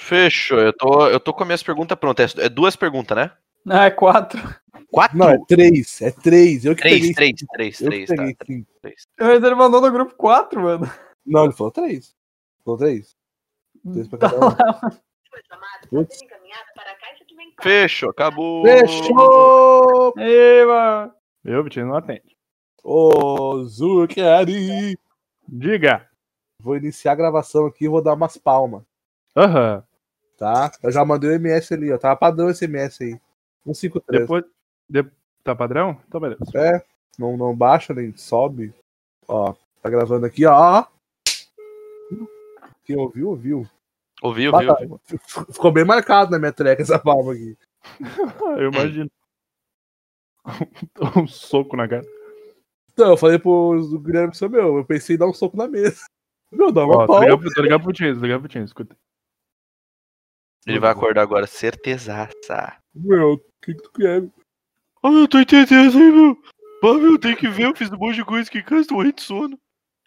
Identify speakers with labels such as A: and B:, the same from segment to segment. A: Fechou. Eu tô, eu tô com as minhas perguntas prontas. É duas perguntas, né?
B: Ah, é quatro.
A: Quatro?
C: Não, é três. É três. Eu que
A: três,
C: peguei.
A: três,
C: cinco.
A: três,
C: Eu que
A: três,
C: peguei
A: tá.
C: cinco.
A: três.
B: Mas ele mandou no grupo quatro, mano.
C: Não, ele falou três. Falou três. Três pra
B: Tá
C: cada um.
B: lá.
C: Putz.
A: Fechou, acabou.
C: Fechou!
B: Ei, mano.
D: Meu bichinho não atende.
C: Ô, Zucari!
D: Diga.
C: Vou iniciar a gravação aqui e vou dar umas palmas,
D: Aham.
C: tá? Eu já mandei o MS ali, ó. Tava padrão esse MS aí. 153.
D: Depois. de- Tá padrão? Então beleza.
C: É, não, não baixa nem sobe. Ó, tá gravando aqui, ó. Quem ouviu, ouviu.
A: Ouviu, ouviu?
C: Bata- F- Ficou bem marcado na minha treca essa palma aqui.
D: Ah, Eu imagino. um soco na cara.
C: Então, eu falei pro o Guilherme, seu meu, eu pensei em dar um soco na mesa. Meu, dá uma
D: Ó, tô ligado
C: palma.
D: pro- tô ligado pro Tinho, tô ligado pro Tinho, escuta.
A: Ele vai acordar agora, certezaça.
C: Meu, o que, que tu quer?
A: Ah, eu tô entendendo, hein, meu? Ah, meu, tem que ver, eu fiz um monte de coisa que cansa, tô morrendo de sono.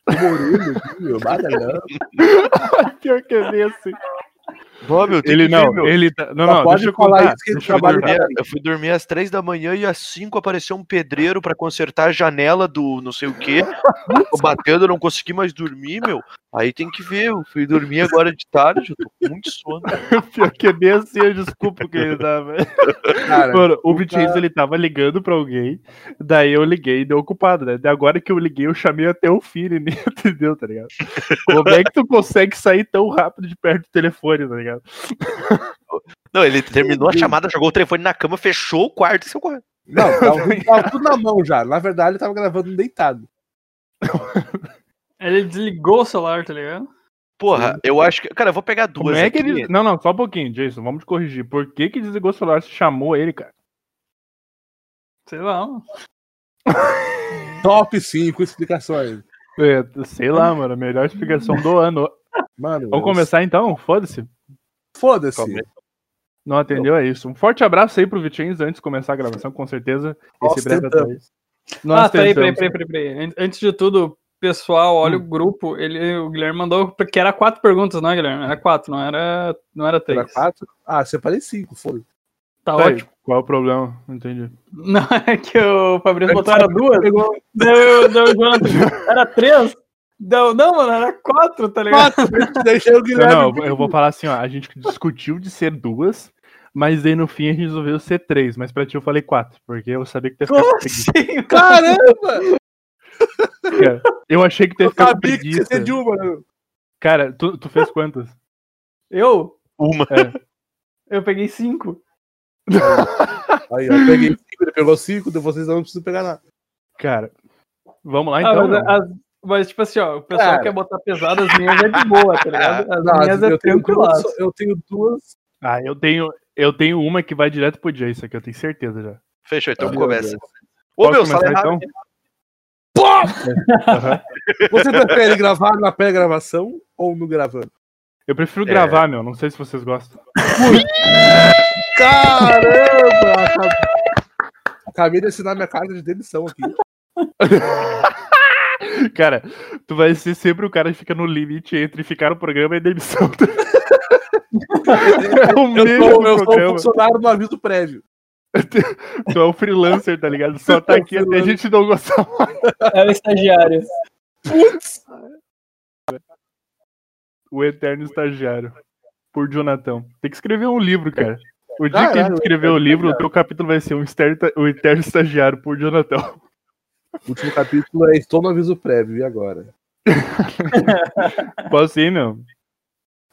C: Moreno aqui, meu, badalhão.
D: Pior que é bem assim.
A: Ah, meu, tem
D: Ele
A: que
D: não,
A: ver, meu.
D: ele tá. Não,
C: Só
D: não,
C: pode
D: deixa eu
C: falar
D: contar.
C: isso que ele
D: deixa eu
C: trabalha
D: dormir.
C: na-
A: Eu fui dormir às três da manhã e às cinco apareceu um pedreiro pra consertar a janela do não sei o quê. Tô batendo, eu não consegui mais dormir, meu. Aí tem que ver, eu fui dormir agora de tarde, eu tô com muito sono.
D: Pior que é bem assim, eu desculpa que ele tava.
C: Cara,
D: Mano, o Vitinho, ele tava ligando pra alguém, daí eu liguei e deu ocupado, né? Daí agora que eu liguei, eu chamei até o filho, nem entendeu, tá ligado? Como é que tu consegue sair tão rápido de perto do telefone, tá ligado?
A: Não, ele terminou a chamada, jogou o telefone na cama, fechou o quarto e saiu correndo.
C: não, tava, tava tudo na mão já. Na verdade, ele tava gravando deitado.
B: Ele desligou o celular, tá ligado?
A: Porra, eu acho que. Cara, eu vou pegar duas.
D: Como é que
A: aqui.
D: ele. Não, não, só um pouquinho, Jason, vamos te corrigir. Por que que desligou o celular? Você chamou ele, cara?
B: Sei lá, mano.
C: Top 5 explicações.
D: É, sei lá, mano, a melhor explicação do ano.
C: Mano,
D: Vamos
C: eu-
D: começar então? Foda-se.
C: Foda-se.
A: Calma aí.
D: Não atendeu, é isso. Um forte abraço aí pro Vitinho antes de começar a gravação, com certeza.
C: Nós
D: Esse breve
C: tentamos.
D: atraso. Nós
B: ah, peraí, peraí,
C: um
D: tentamos.
B: peraí, peraí, peraí. An- Antes de tudo, pessoal, olha
C: Hum.
B: o grupo. Ele, o Guilherme mandou que era quatro perguntas, não é, Guilherme? Era quatro, não era, não era três.
C: Era quatro? Ah, separei cinco, foda-se.
B: Tá
D: Peraí,
B: ótimo.
D: Qual é o problema? Não entendi.
B: Não, é que o Fabrício botou era duas. Deu, deu, Jonathan. Era três? Deu, não, mano, era quatro, tá ligado?
C: Deixei o
D: Não,
C: Guilherme.
D: não, eu vou- eu vou falar assim, ó, a gente discutiu de ser duas, mas daí no fim a gente resolveu ser três, mas pra ti eu falei quatro, porque eu sabia que tu ia ficar com preguiça.
B: Sim,
C: Caramba!
D: cara. Eu achei que tu ia
C: Eu
D: ficar com
C: sabia que você
D: preguiça.
C: tem de uma. né?
D: Cara, tu, tu fez quantas?
B: Eu?
A: Uma.
B: Eu peguei cinco.
C: Aí, ó, peguei cinco, ele pegou cinco, de vocês não precisam pegar nada.
D: Cara, vamos lá
B: Ah,
D: então.
B: mas,
D: mano.
B: as- mas, tipo assim, ó, o pessoal
C: Cara.
B: quer botar pesado, as minhas é de boa, tá ligado? As
C: Não,
B: minhas é
C: eu, tenho
B: tranquilas.
C: duas, eu tenho duas.
D: Ah, eu tenho, eu tenho uma que vai direto pro Jason, que eu tenho certeza já.
A: Fechou, então
C: Meu
A: começa. Ô,
D: Posso
A: meu,
D: começar, então?
A: sala errada.
D: Aham.
C: Você prefere gravar na pré-gravação ou no gravando?
D: Eu prefiro gravar, meu, não sei se vocês gostam.
C: Caramba! Acabei, acabei de assinar minha carta de demissão aqui.
D: Cara, tu vai ser sempre o cara que fica no limite entre ficar no programa e demissão. é o
C: Eu
D: mesmo
C: sou, eu sou um
D: programa.
C: funcionário no aviso prévio.
D: Tu é um freelancer, tá ligado? Só tá aqui até a gente não gostar.
B: É o estagiário.
C: Putz!
D: O Eterno Estagiário. Por Jonathan. Tem que escrever um livro, cara. O dia que a
C: Caralho,
D: gente escrever o livro, o teu capítulo vai ser um externo- O Eterno Estagiário por Jonathan.
C: O último capítulo é Estou no aviso prévio, e agora?
D: Posso ir, meu?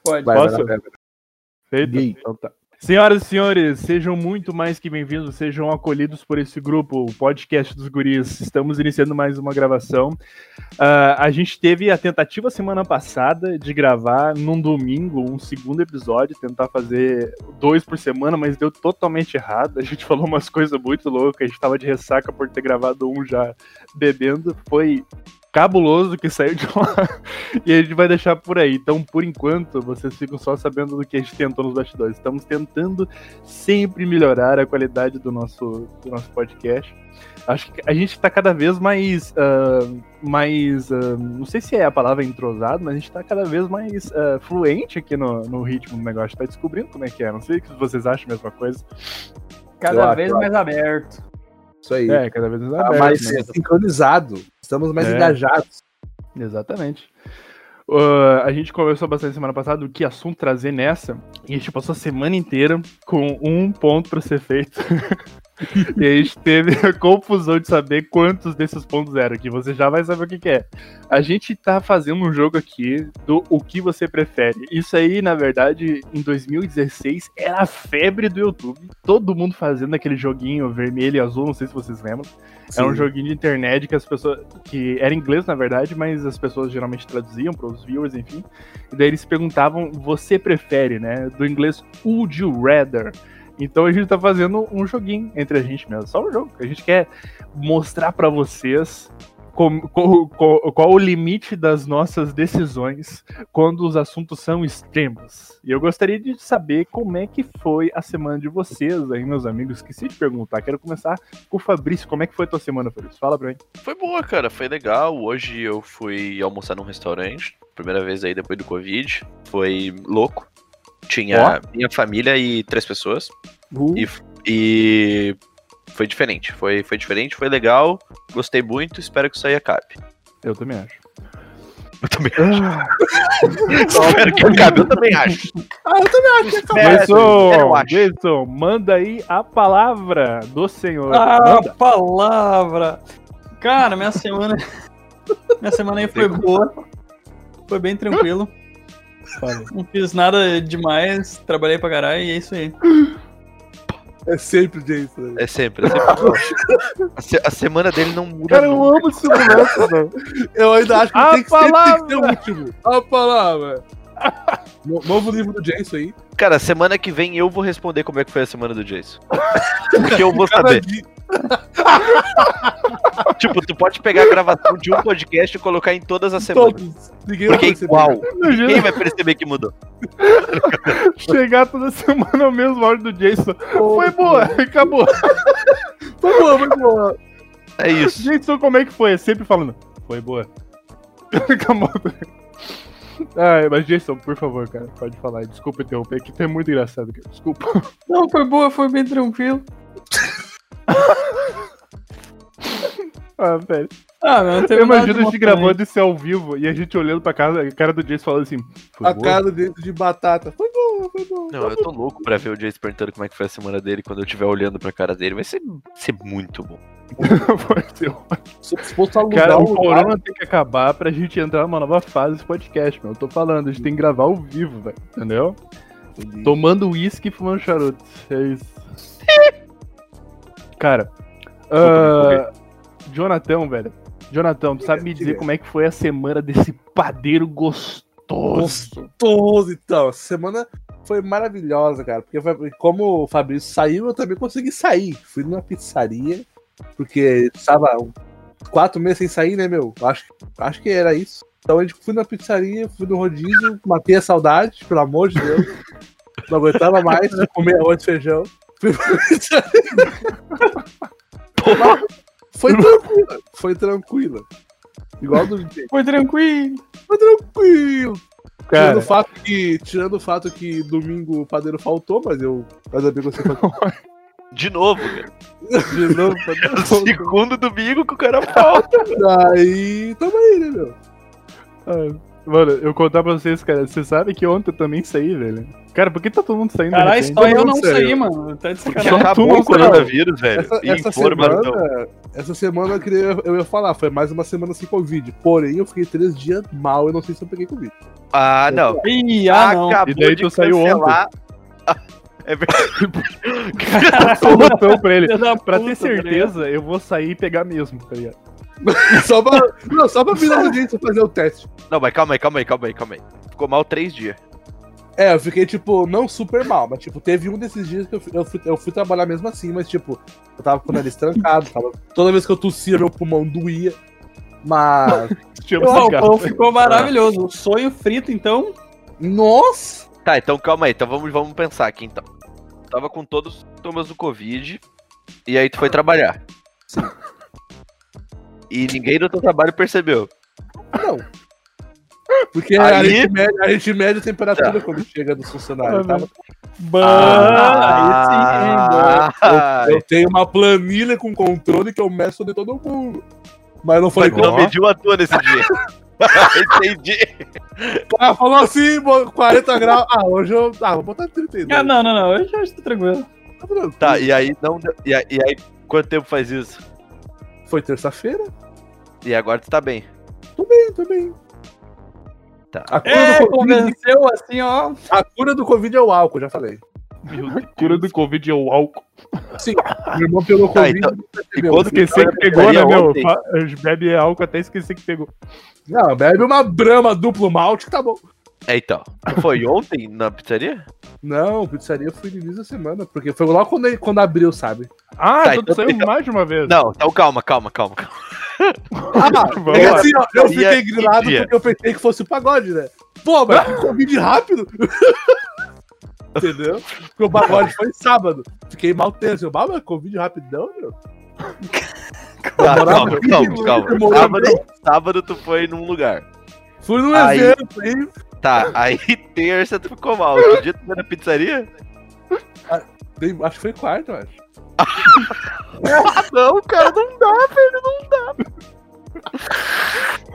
B: Pode.
C: Vai, vai na
D: Posso?
C: prévia.
D: Feito?
C: Gay.
D: Então tá. Senhoras e senhores, sejam muito mais que bem-vindos, sejam acolhidos por esse grupo, o podcast dos guris. Estamos iniciando mais uma gravação. Ah, a gente teve a tentativa semana passada de gravar num domingo um segundo episódio, tentar fazer dois por semana, mas deu totalmente errado. A gente falou umas coisas muito loucas, a gente tava de ressaca por ter gravado um já bebendo. Foi cabuloso que saiu de lá. e a gente vai deixar por aí. Então, por enquanto, vocês ficam só sabendo do que a gente tentou nos bastidores. Estamos tentando sempre melhorar a qualidade do nosso, do nosso podcast. Acho que a gente tá cada vez mais. ah, mais. ah, não sei se é a palavra entrosado, mas a gente tá cada vez mais ah, fluente aqui no, no ritmo do negócio. Tá descobrindo como é que é. Não sei se vocês acham a mesma coisa.
C: Eu
B: Cada
C: acho,
B: vez
C: eu
B: mais aberto.
C: Isso aí.
D: É, cada vez mais
C: Tá
D: aberto,
C: mais
D: né?
C: sincronizado. Estamos mais
D: É.
C: engajados.
D: Exatamente. Uh, a gente conversou bastante semana passada o que assunto trazer nessa, e a gente passou a semana inteira com um ponto pra ser feito. e a gente teve a confusão de saber quantos desses pontos eram, que você já vai saber o que, que é. A gente tá fazendo um jogo aqui do o que você prefere. Isso aí, na verdade, em 2016 era a febre do YouTube. Todo mundo fazendo aquele joguinho vermelho e azul, não sei se vocês lembram. Era um
C: Sim.
D: joguinho de internet que as pessoas. que era em inglês, na verdade, mas as pessoas geralmente traduziam para os viewers, enfim. E daí eles perguntavam, você prefere, né? Do inglês Would you rather? Então a gente tá fazendo um joguinho entre a gente mesmo. Só um jogo. A gente quer mostrar para vocês. com- co- co- qual o limite das nossas decisões quando os assuntos são extremos? E eu gostaria de saber como é que foi a semana de vocês aí, meus amigos. Esqueci de perguntar, quero começar com o Fabrício, como é que foi tua semana, Fabrício? Fala pra mim.
A: Foi boa, cara, foi legal. Hoje eu fui almoçar num restaurante, primeira vez aí depois do Covid. Foi louco. Tinha minha família e três pessoas. E, e foi diferente, foi, foi diferente, foi legal. Gostei muito, espero que isso aí acabe.
D: Eu também acho.
A: Eu também espero que acabe, eu também acho.
C: Ah, eu também acho que acabou.
A: eu
D: Gleison,
A: acho.
D: Gleison, manda aí a palavra do senhor.
B: Ah,
D: Manda.
B: palavra! Cara, minha semana. minha semana aí foi boa. Foi bem tranquilo.
D: Fala.
B: Não fiz nada demais. Trabalhei pra caralho e é isso aí.
C: É sempre o Jason. né?
A: É sempre, é sempre. a, se- a semana dele não muda.
D: Cara, eu
A: nunca.
D: amo esse moleque, mano.
C: Eu ainda acho que
D: A
C: tem que, sempre tem que
D: palavra!
C: ter o último. A palavra. No- novo livro do Jason aí.
A: Cara, semana que vem eu vou responder como é que foi a semana do Jason. Porque eu vou
C: Cada
A: saber.
C: dia-
A: Tipo, tu pode pegar a gravação de um podcast e colocar em todas as semanas.
C: todos. Ninguém vai
A: Porque é
C: perceber.
A: igual. Ninguém
D: Imagina
A: vai perceber que mudou.
D: chegar toda semana ao mesmo áudio do Jason. Foi boa, acabou.
C: Foi boa, foi boa.
A: É isso.
D: Jason, como é que foi? Sempre falando, foi boa. acabou. Ai, mas Jason, por favor, cara, pode falar. Desculpa interromper, que tu é muito engraçado, cara. Desculpa.
B: Não, foi boa, foi bem tranquilo.
D: Ah, velho.
B: Ah, meu, não teve
D: Eu imagino
B: nada
D: a gente
B: demais também.
D: gravando isso ao vivo e a gente olhando pra casa, a cara do Jason falando assim. "Foi
C: A
D: boa?"
C: cara dele de batata. Foi boa, foi boa.
A: Não, eu tô louco pra ver o Jason perguntando como é que foi a semana dele quando eu estiver olhando pra cara dele. Vai ser, ser muito bom.
D: Foi seu.
C: Sou disposto a alugar
D: Cara,
C: um
D: o
C: lugar.
D: corona tem que acabar pra gente entrar numa nova fase desse podcast, meu. Eu tô falando, a gente tem que gravar ao vivo, velho. Entendeu? Tomando uísque e fumando charuto. É isso. Cara. ah, Jonathan, velho. Jonathan, tu sabe me dizer
C: diga.
D: como é que foi a semana desse padeiro gostoso?
C: Gostoso, então. Essa semana foi maravilhosa, cara. Porque foi- como o Fabrício saiu, eu também consegui sair. Fui numa pizzaria, porque estava um- quatro meses sem sair, né, meu? Acho, acho que era isso. Então a gente fui na pizzaria, fui no rodízio, matei a saudade, pelo amor de Deus. Não aguentava mais de comer arroz e feijão. Fui pra pizzaria. Foi tranquila, foi tranquila. Igual do jeito.
B: Foi tranquilo.
C: Foi tranquilo. Tirando o,
D: Cara,
C: fato que, tirando o fato que domingo o padeiro faltou, mas eu ainda bem que você faltou.
A: De novo, cara.
D: de novo,
A: É o segundo domingo que o cara fala.
C: Aí tamo aí, né, meu?
D: Ah, Mano, eu contar pra vocês, cara, vocês sabem que ontem eu também saí, velho. Cara, por que tá todo mundo saindo?
B: né? Caralho,
D: recente?
B: só eu
C: Não,
B: não
C: sério.
B: saí, mano. Tá de
A: Porque
B: sacanagem.
D: tu
A: acabou
D: não
A: o coronavírus, velho.
C: Essa,
A: E
C: essa
A: informação.
C: semana, essa semana eu, queria- eu ia falar, foi mais uma semana sem Covid. Porém, eu fiquei três dias mal, eu não sei se eu peguei Covid.
A: Ah, não.
B: Ih, ah, não.
A: Acabou
D: E daí
A: de
D: tu saiu
A: cancelar. É verdade.
D: Solução pra ele.
B: Filha da
D: Pra
B: puta,
D: ter
B: tá ligado?
D: certeza, eu vou sair e pegar mesmo, tá ligado?
C: só pra, não, só pra virar audiência fazer o teste.
A: Não, mas calma aí, calma aí, calma aí, calma aí. Ficou mal três dias.
C: É, eu fiquei, tipo, não super mal, mas, tipo, teve um desses dias que eu, fui- eu fui, eu fui trabalhar mesmo assim, mas, tipo, eu tava com o nariz trancado, tava, toda vez que eu tossia, meu pulmão doía. Mas.
D: Te amo,
B: Pô, o
D: Zagal.
B: pão ficou maravilhoso. O sonho frito, então.
C: Nossa!
A: Tá, então calma aí, então vamos, vamos pensar aqui então. Tava com todos os sintomas do Covid, e aí tu foi trabalhar. E ninguém do teu trabalho percebeu.
C: Não. Porque a,
A: Aí- Tá.
C: gente mede, a gente mede a temperatura quando chega dos funcionários. tá?
B: Ah,
A: Ah,
C: Eu tenho uma planilha com controle que eu meço de todo mundo. Mas não foi
A: Mas não
C: igual.
A: mediu a tua nesse dia. Entendi.
C: O cara falou assim, bo- 40 graus. Ah, hoje eu. Ah, vou botar 32.
B: Ah, não, não, não. Hoje eu estou tranquilo.
C: Tá tranquilo.
A: Tá, e aí não. deu- E aí, e aí, quanto tempo faz isso?
C: Foi terça-feira?
A: E agora tu tá bem.
C: Tô bem, tô bem.
A: Tá.
C: A cura,
B: É,
C: do COVID,
B: convenceu assim, ó.
C: a cura do Covid é o álcool, já falei.
D: Cura do Covid é o álcool.
C: Sim, meu irmão pegou
A: Tá,
C: Covid.
A: então-
C: não percebeu.
A: e quando que
D: Esquecer que pegou,
A: Daria
D: né, meu?
A: ontem.
D: Fa- Bebe álcool até esquecer que pegou.
C: Não, bebe uma brama duplo malte que tá bom.
A: É, então. Foi ontem na pizzaria?
C: Não, pizzaria eu fui no início da semana, porque foi logo quando, quando abriu, sabe?
D: Ah,
A: Tá,
D: então tu
A: então-
D: saiu mais de uma vez.
A: Não, então calma, calma, calma. calma.
C: Ah,
D: Vamos
C: é
D: lá.
C: assim, ó, eu
A: Dia-
C: fiquei grilado
A: dia.
C: porque eu pensei que fosse o pagode, né? Pô,
B: Ah!
C: mas que Covid rápido! Entendeu? Porque o pagode foi sábado. Fiquei mal tenso. Eu, "Bah, mas Covid rapidão, meu.
A: Tá,
C: Demorava
A: calma,
C: muito,
A: calma, calma.
C: demorava
A: Sábado, sábado tu foi num lugar.
C: Fui num
A: Aí-
C: evento aí.
A: Tá, aí terça tu ficou mal. Outro dia tu foi na pizzaria?
C: dei- Acho que foi quarto, eu acho.
A: Ah, não, cara, não dá, velho, não dá.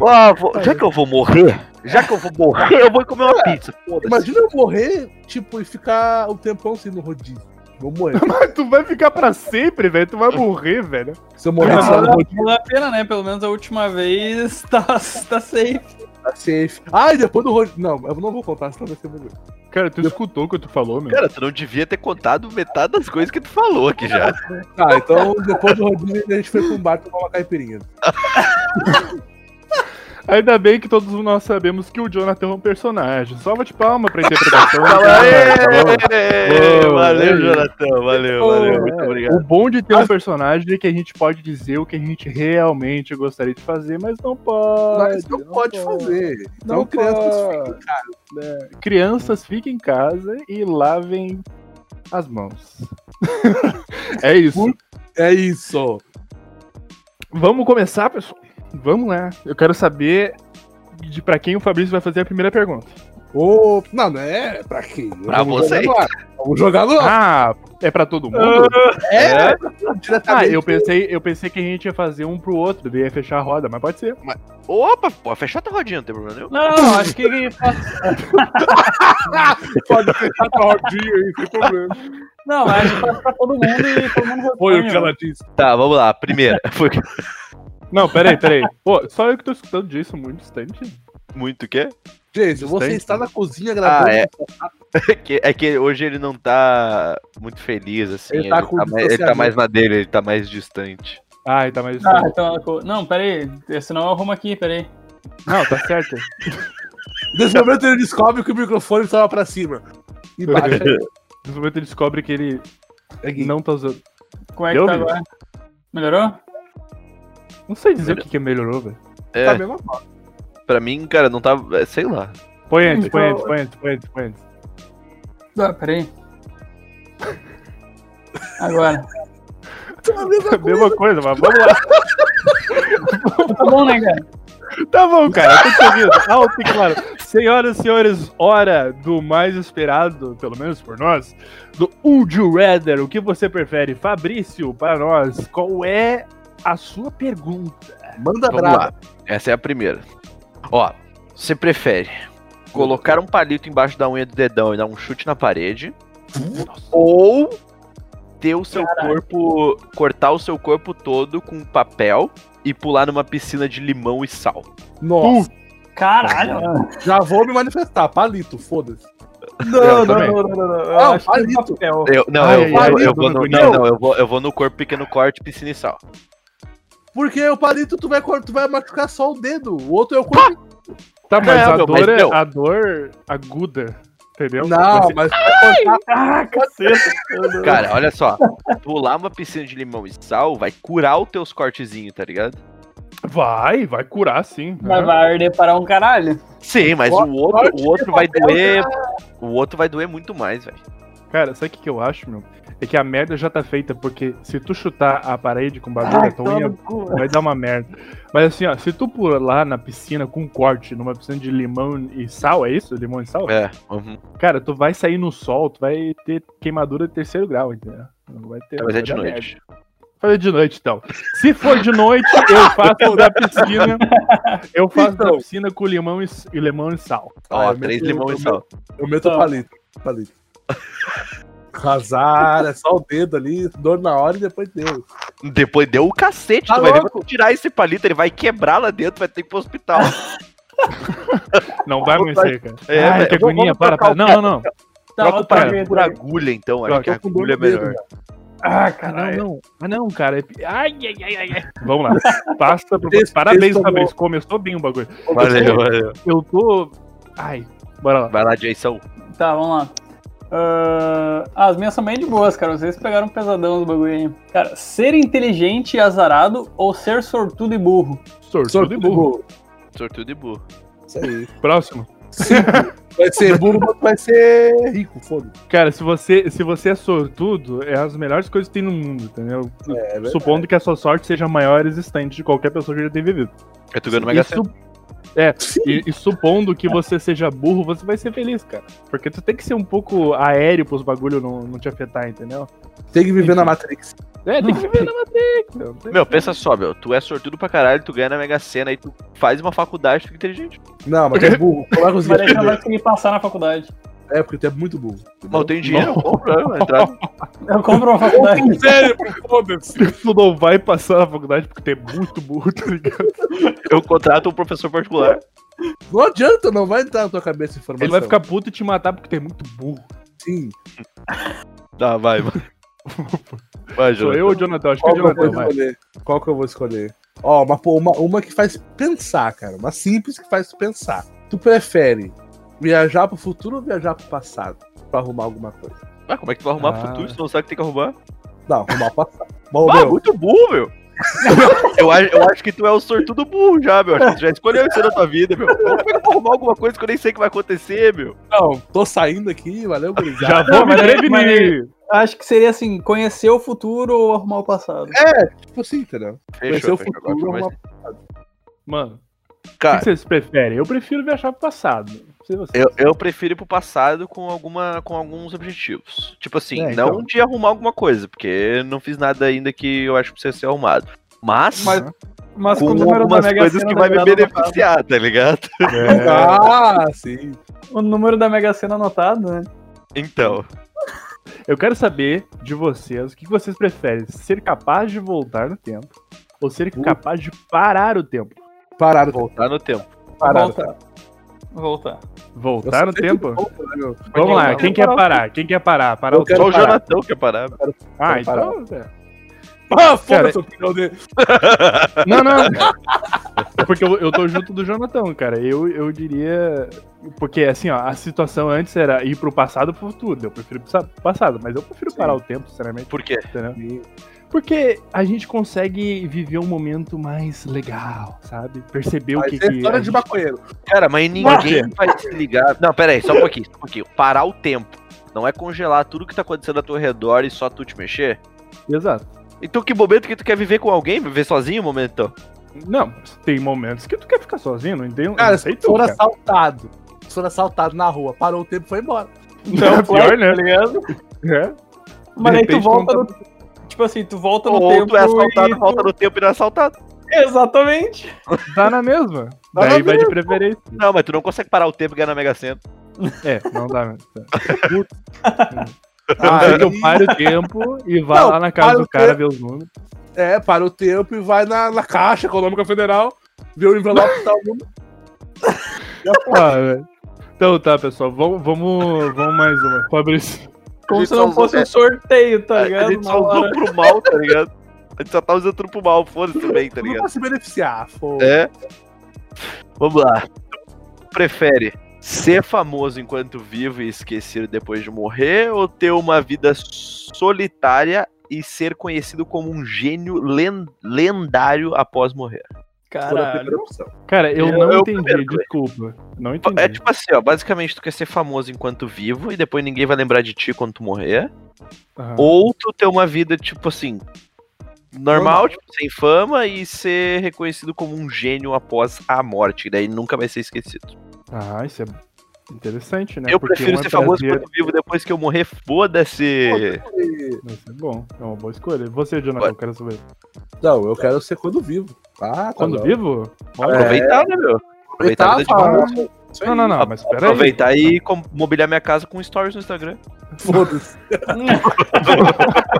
A: Ah, vou- já que eu vou morrer, já que eu vou morrer, eu vou comer uma pizza. Foda-se.
C: Imagina eu morrer, tipo, e ficar um tempão assim no rodízio. Vou morrer.
D: Mas tu vai ficar pra sempre, velho. Tu vai morrer, velho.
C: Se eu morrer
B: Mas
C: só no
B: valeu,
C: rodízio,
B: valeu a pena, né? Pelo menos a última vez tá, tá safe.
C: tá safe. Ah, e depois do rodízio. Não, eu não vou contar, senão vai ser muito.
D: Cara, tu escutou o que tu falou, meu?
A: Cara, tu não devia ter contado metade das coisas que tu falou aqui já.
C: Tá, então depois do rodízio a gente foi pra um bar tomar uma caipirinha.
D: Ainda bem que todos nós sabemos que o Jonathan é um personagem. Salva de palma pra interpretação. né,
A: Fala,
D: Tá
A: "Ê,
D: Boa,
A: Valeu,
D: aí.
A: Jonathan, valeu, valeu, muito
D: bom?
A: obrigado.
D: o bom de ter um personagem é que a gente pode dizer o que a gente realmente gostaria de fazer, mas não pode.
C: Mas não pode fazer. Então,
D: Não
C: crianças,
D: pode. Crianças, fiquem em casa e lavem as mãos. é isso.
C: é isso.
D: Vamos começar, pessoal. Vamos lá. Eu quero saber de pra quem o Fabrício vai fazer a primeira pergunta.
C: Ô, não, não é pra quem?
A: Pra vocês.
C: Jogar no ar. Vamos jogar no ar.
D: Ah, é pra todo mundo?
A: É?
D: Ah, eu
C: diretamente.
D: pensei, eu pensei que a gente ia fazer um pro outro, daí ia fechar a roda, mas pode ser.
A: Opa, pô, fechar tua rodinha, não tem problema nenhum.
B: Não, não, acho que
C: Pode fechar tua rodinha aí, sem problema.
B: Não, acho que passa pra todo mundo e todo mundo responde.
D: Ah,
B: né?
C: Foi o que ela disse.
A: Tá, vamos lá, primeira. Foi
D: Não, peraí, peraí. Pô, só eu que tô escutando disso muito distante.
A: muito o quê?
C: Gente, você
D: Distante.
C: está na cozinha gravando.
A: Ah, é. É que, é que hoje ele não tá muito feliz, assim.
C: Ele
A: Ele,
C: tá
A: tá,
C: com
A: mais, ele tá mais na dele, ele tá mais distante.
D: Ai, tá mais
B: Ah,
D: distante.
B: então ela co- Não, peraí. Senão eu arrumo aqui, peraí.
D: Não, tá certo.
C: Nesse momento ele descobre que o microfone estava pra cima. E baixa.
D: Nesse momento ele descobre que ele
C: É que-
D: não tá usando.
B: Como é
D: Deu,
B: que tá
D: amigo?
B: agora? Melhorou?
D: Não sei dizer o que, que melhorou, velho.
A: É,
C: Tá a mesma coisa.
A: pra mim, cara, não tá. é, Sei lá.
D: Põe antes, põe antes, põe antes, põe antes, põe antes.
B: Ah, peraí. Agora.
C: Tá a mesma
D: A mesma coisa, mas vamos lá.
B: Tá bom, né, cara?
D: Tá bom, cara. Tudo seguido. Alto e claro. Senhoras e senhores, hora do mais esperado, pelo menos por nós, do Would You Rather. O que você prefere? Fabrício, para nós, qual é a sua pergunta?
C: Manda
A: Vamos
C: brava.
A: lá. Essa é a primeira. Ó, você prefere colocar um palito embaixo da unha do dedão e dar um chute na parede? Ou ter o seu corpo. cortar o seu corpo todo com papel e pular numa piscina de limão e sal.
C: Nossa,
B: Caralho, mano.
C: já vou me manifestar. Palito, foda-se.
A: Eu
D: também.
B: não, não, não. Eu
C: Não,
B: acho que
C: palito.
B: papel.
A: Eu, não,
D: Ai,
A: eu, vou,
C: ai,
A: eu vou
D: ai,
A: no,
D: dona
A: não,
D: Bonita.
A: não, eu vou, eu vou no corpo pequeno corte, piscina e sal.
C: Porque o palito tu vai, cor- tu vai machucar só o dedo. O outro é o corpo.
D: Tá, mas,
A: Não,
D: a,
A: meu,
D: dor
A: mas,
D: é,
A: meu.
D: a dor aguda, entendeu?
C: Não,
D: Você-
C: mas vai cortar.
D: Ah, caceta.
A: Cara, olha só. Pular uma piscina de limão e sal vai curar os teus cortezinhos, tá ligado?
D: Vai, vai curar sim.
B: Mas
D: É.
B: vai arder para um caralho.
A: Sim, mas o outro, o outro vai doer. O outro vai doer muito mais, velho.
D: Cara, sabe o que, que eu acho, meu? É que a merda já tá feita, porque se tu chutar a parede com bagulho
A: Ah,
D: da
B: Tá
D: tua
A: então.
D: unha, vai dar uma merda. Mas assim, ó, se tu pular na piscina com um corte, numa piscina de limão e sal, é isso? Limão e sal?
A: É. uhum.
D: Cara, tu vai sair no sol, tu vai ter queimadura de terceiro grau, entendeu? Não vai ter.
A: Mas é
D: vai
A: de
D: dar
A: noite.
D: merda. Fazer de noite, então. Se for de noite, eu faço da piscina. Eu faço da
C: Então.
D: piscina com limão e, s- e limão e sal.
A: Ó,
C: Ah, é
A: três
C: mesmo,
A: limões e
C: eu
A: sal.
C: Eu meto
B: Tá.
C: palito. palito. Casar, é só o dedo ali, dor na hora e depois deu.
A: Depois deu o cacete,
C: Tá
A: tu vai ver,
C: louco?
A: vai tirar esse palito, ele vai quebrar lá dentro, vai ter que ir pro hospital.
D: Não vai amanhecer, cara.
A: É,
D: Ai,
A: velho,
D: que
A: vamos-
D: agonia,
A: vamos
D: para,
A: trocar
D: para.
A: o
D: Não, não, não.
A: Troca o
D: pra
B: Tá, outra
A: palito por
B: vez.
A: agulha, então. Acho
D: Troca,
A: que a
C: eu com dor
A: agulha é
C: no dedo,
A: melhor.
B: Ah,
D: Ah,
B: caralho.
D: não, não. Ah, não, cara. é pi- Ai, ai, ai, ai, ai. Vamos lá. Passa pro...
C: Esse-
D: Parabéns,
C: esse
D: Fabrício. Começou bem o bagulho.
A: Valeu, valeu.
D: Eu tô. Ai, bora lá.
A: Vai lá, Jason.
B: Tá, vamos lá. Ah, as minhas são bem de boas, cara. Vocês pegaram pesadão do bagulho aí. Cara, ser inteligente e azarado ou ser sortudo e burro?
D: Sortudo e burro.
A: Sortudo e burro.
C: Isso aí.
D: Próximo.
C: Vai ser burro, mas vai ser rico, foda-se.
D: Cara, se você, se você é sortudo, é as melhores coisas que tem no mundo, entendeu?
C: É, velho.
D: Supondo que a sua sorte seja a maior existente de qualquer pessoa que já tem vivido.
A: Eu tô vendo
D: E,
A: Mega
D: su- é, e, e supondo que você seja burro, você vai ser feliz, cara. Porque tu tem que ser um pouco aéreo pros bagulho não, não te afetar, entendeu?
C: Tem que viver na Matrix.
D: É, tem que viver na Matrix. meu. Tem-
A: Meu, pensa só, meu. Tu é sortudo pra caralho, tu ganha na Mega Sena, aí tu faz uma faculdade, tu fica inteligente.
C: Não, mas tu é burro. Como é que eu consigo
B: Vai deixar
C: entender?
B: mais conseguir passar na faculdade.
C: É, porque tu é muito burro.
A: Mal tem dinheiro, não problema. entrar-
B: Eu compro uma faculdade.
C: Cérebro, foda-se.
D: Tu não vai passar na faculdade porque tu é muito burro, tá ligado?
A: Eu contrato um professor particular.
C: Não adianta, não vai entrar na tua cabeça essa informação.
D: Ele vai ficar puto e te matar porque tu é muito burro.
C: Sim.
A: Tá, vai, vai. Vai,
D: Sou
A: Jonathan.
D: eu ou Jonathan? Acho que é
C: Qual que eu vou
D: Jonathan, vai.
C: escolher? Qual que eu vou escolher? Ó, uma, pô, uma, uma que faz pensar, cara. Uma simples que faz pensar. Tu prefere viajar pro futuro ou viajar pro passado? Pra arrumar alguma coisa.
A: Ah, como é que tu vai arrumar
D: Ah.
A: pro futuro se tu não sabe o que tem que arrumar?
C: Não, arrumar o passado. Bom,
A: Ah,
C: meu,
A: muito burro, meu. eu, acho, eu acho que tu é o sortudo burro já, meu. Acho que tu já escolheu isso na tua vida, meu. Como é que eu vou arrumar alguma coisa que eu nem sei que vai acontecer, meu?
C: não, tô saindo aqui, valeu, gurizada.
D: Já vou me
B: mas-
D: prevenir.
B: Acho que seria assim, conhecer o futuro ou arrumar o passado.
C: Tipo assim, entendeu? Conhecer
A: Fechou,
C: o
A: fechou.
C: futuro
A: Agora ficou mais-
C: é uma-
D: Mano, o que
A: Cara,
D: que vocês preferem? Eu prefiro viajar pro passado. Não sei vocês.
A: eu, eu prefiro ir pro passado com, alguma, com alguns objetivos. Tipo assim,
D: É,
A: não
D: então.
A: de arrumar alguma coisa, porque não fiz nada ainda que eu acho que precisa ser arrumado. Mas,
B: Mas, mas
A: com
B: o número da
A: algumas
B: Mega
A: coisas
B: Sena
A: que
B: tá
A: vai me
B: ligado no passado.
A: beneficiar, tá ligado?
D: É.
C: Ah, sim.
B: O número da Mega Sena anotado, né?
A: Então,
D: Eu quero saber de vocês o que que vocês preferem: ser capaz de voltar no tempo ou ser
C: Uh.
D: capaz de parar o tempo?
C: Pararam,
A: tá no tempo.
C: pararam.
B: Voltar. Voltar.
D: Voltar no tempo?
C: né, meu.
D: Vamos lá,
B: Vamos
D: quem quer parar? Quem quer parar? Parar
C: Eu
D: o
C: quero
A: Só
D: tempo?
A: o
C: parar.
A: Jonathan é quer parar. meu.
D: Ah,
C: quero parar.
D: então. é.
C: Ah,
D: Cara,
C: foda-se, opinião dele.
D: Não, não. É Porque eu, eu tô junto do Jonathan, cara. Eu, eu diria. Porque, assim, ó, a situação antes era ir pro passado ou pro futuro. Eu prefiro pro sa- passado, mas eu prefiro parar o tempo, sinceramente.
A: Por quê?
D: Entendeu? Porque a gente consegue viver um momento mais legal, sabe? Perceber o
C: Vai
D: que. é?
C: ser
D: que
C: é história
D: a
C: de
D: gente-
C: maconheiro.
A: Cara, mas ninguém vai se ligar. Não, pera aí, só um pouquinho, só um pouquinho. Parar o tempo. Não é congelar tudo que tá acontecendo ao teu redor e só tu te mexer?
D: Exato.
A: Então que momento que tu quer viver com alguém? Viver sozinho, momento?
D: Não, mas tem momentos que tu quer ficar sozinho, não entendo.
C: Cara,
D: não
C: se
D: sei
C: tu
D: tu,
C: for
D: cara.
C: assaltado, se for assaltado na rua, parou o tempo e foi embora.
D: Não, pior, né?
B: Então, tá ligado?
C: tá
D: É.
B: Mas aí tu
D: repente,
B: volta no. Tipo assim, tu volta no
A: Ou
B: tempo.
A: tu tá é assaltado,
B: e tu-
A: volta no tempo e não é assaltado.
B: Exatamente.
D: Dá É, tá na mesma.
C: Dá Tá na
D: Daí vai de preferência.
A: Não, mas tu não consegue parar o tempo e ganhar na Mega Sena.
D: É, não dá mesmo. Ah,
C: Aí,
A: é.
D: eu paro o tempo e vá
C: Não,
D: lá na
C: para
D: casa do
C: o
D: cara
C: tempo.
D: ver os números.
C: é, para o tempo e vai na, na Caixa Econômica Federal, vê o envelope e tá o mundo.
D: Ah, velho. Então tá, pessoal, vamos, vamos, vamos mais uma. Fabrício.
A: A
B: Como
A: gente
B: se não
A: só usou-
B: fosse um sorteio, tá
A: é, a
B: ligado?
A: gente
B: Na
A: só usou
B: hora.
A: pro mal, tá ligado? A gente só tá usando tudo pro mal, foda-se também, tá
C: Não
A: ligado?
C: pra se beneficiar, foda
A: É. Vamos lá. Prefere ser famoso enquanto vivo e esquecido depois de morrer ou ter uma vida solitária e ser conhecido como um gênio len- lendário após morrer?
D: É,
C: Por a
B: Caralho.
C: primeira opção.
D: Cara, eu,
A: Eu-
D: não
A: eu
D: entendi,
A: primeiro,
D: desculpa. Não entendi.
A: É tipo assim, ó, basicamente tu quer ser famoso enquanto vivo e depois ninguém vai lembrar de ti quando tu morrer.
D: Aham.
A: Ou tu ter uma vida, tipo assim, normal,
C: Normal.
A: tipo, sem fama e ser reconhecido como um gênio após a morte, daí nunca vai ser esquecido.
D: Ah, isso é interessante, né?
A: eu
D: Porque
A: prefiro
D: um é
A: ser famoso
D: prazer,
A: enquanto vivo depois que eu morrer, foda-se.
C: E-
D: Mas é bom, é uma boa escolha. Você, Jonathan,
A: Ué.
D: eu quero saber.
C: Não, eu quero ser quando vivo. Ah, tá
D: Quando
C: bom.
D: vivo?
A: Aproveitar, né, meu? Aproveitar a
C: Aproveitar,
A: vida de
C: fala. Isso aí.
D: Não, não, não, mas peraí.
A: Aproveitar e com- mobiliar minha casa com stories no Instagram.
C: Foda-se.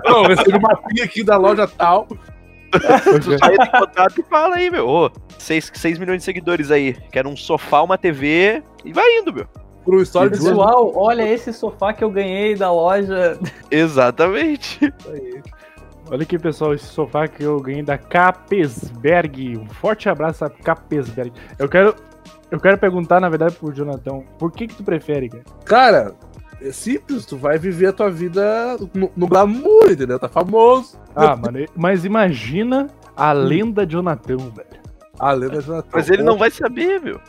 C: não, eu recebi uma pia aqui da loja tal.
A: Tu sai do contato e fala aí, meu. Ô, 6, milhões de seguidores aí. Quero um sofá, uma TV e vai indo, meu.
C: Por um story de duas
B: Pessoal, olha esse sofá que eu ganhei da loja.
A: Exatamente.
D: Olha aqui, pessoal, esse sofá que eu ganhei da Capesberg. Um forte abraço a Capesberg. Eu quero, eu quero perguntar, na verdade, pro Jonathan, por que que tu prefere, cara?
C: Cara, é simples, tu vai viver a tua vida no, no glamour, entendeu? Tá famoso.
D: Ah, mano, mas imagina a lenda Jonathan, velho.
C: A lenda de Natal.
A: Mas ele não vai saber, meu.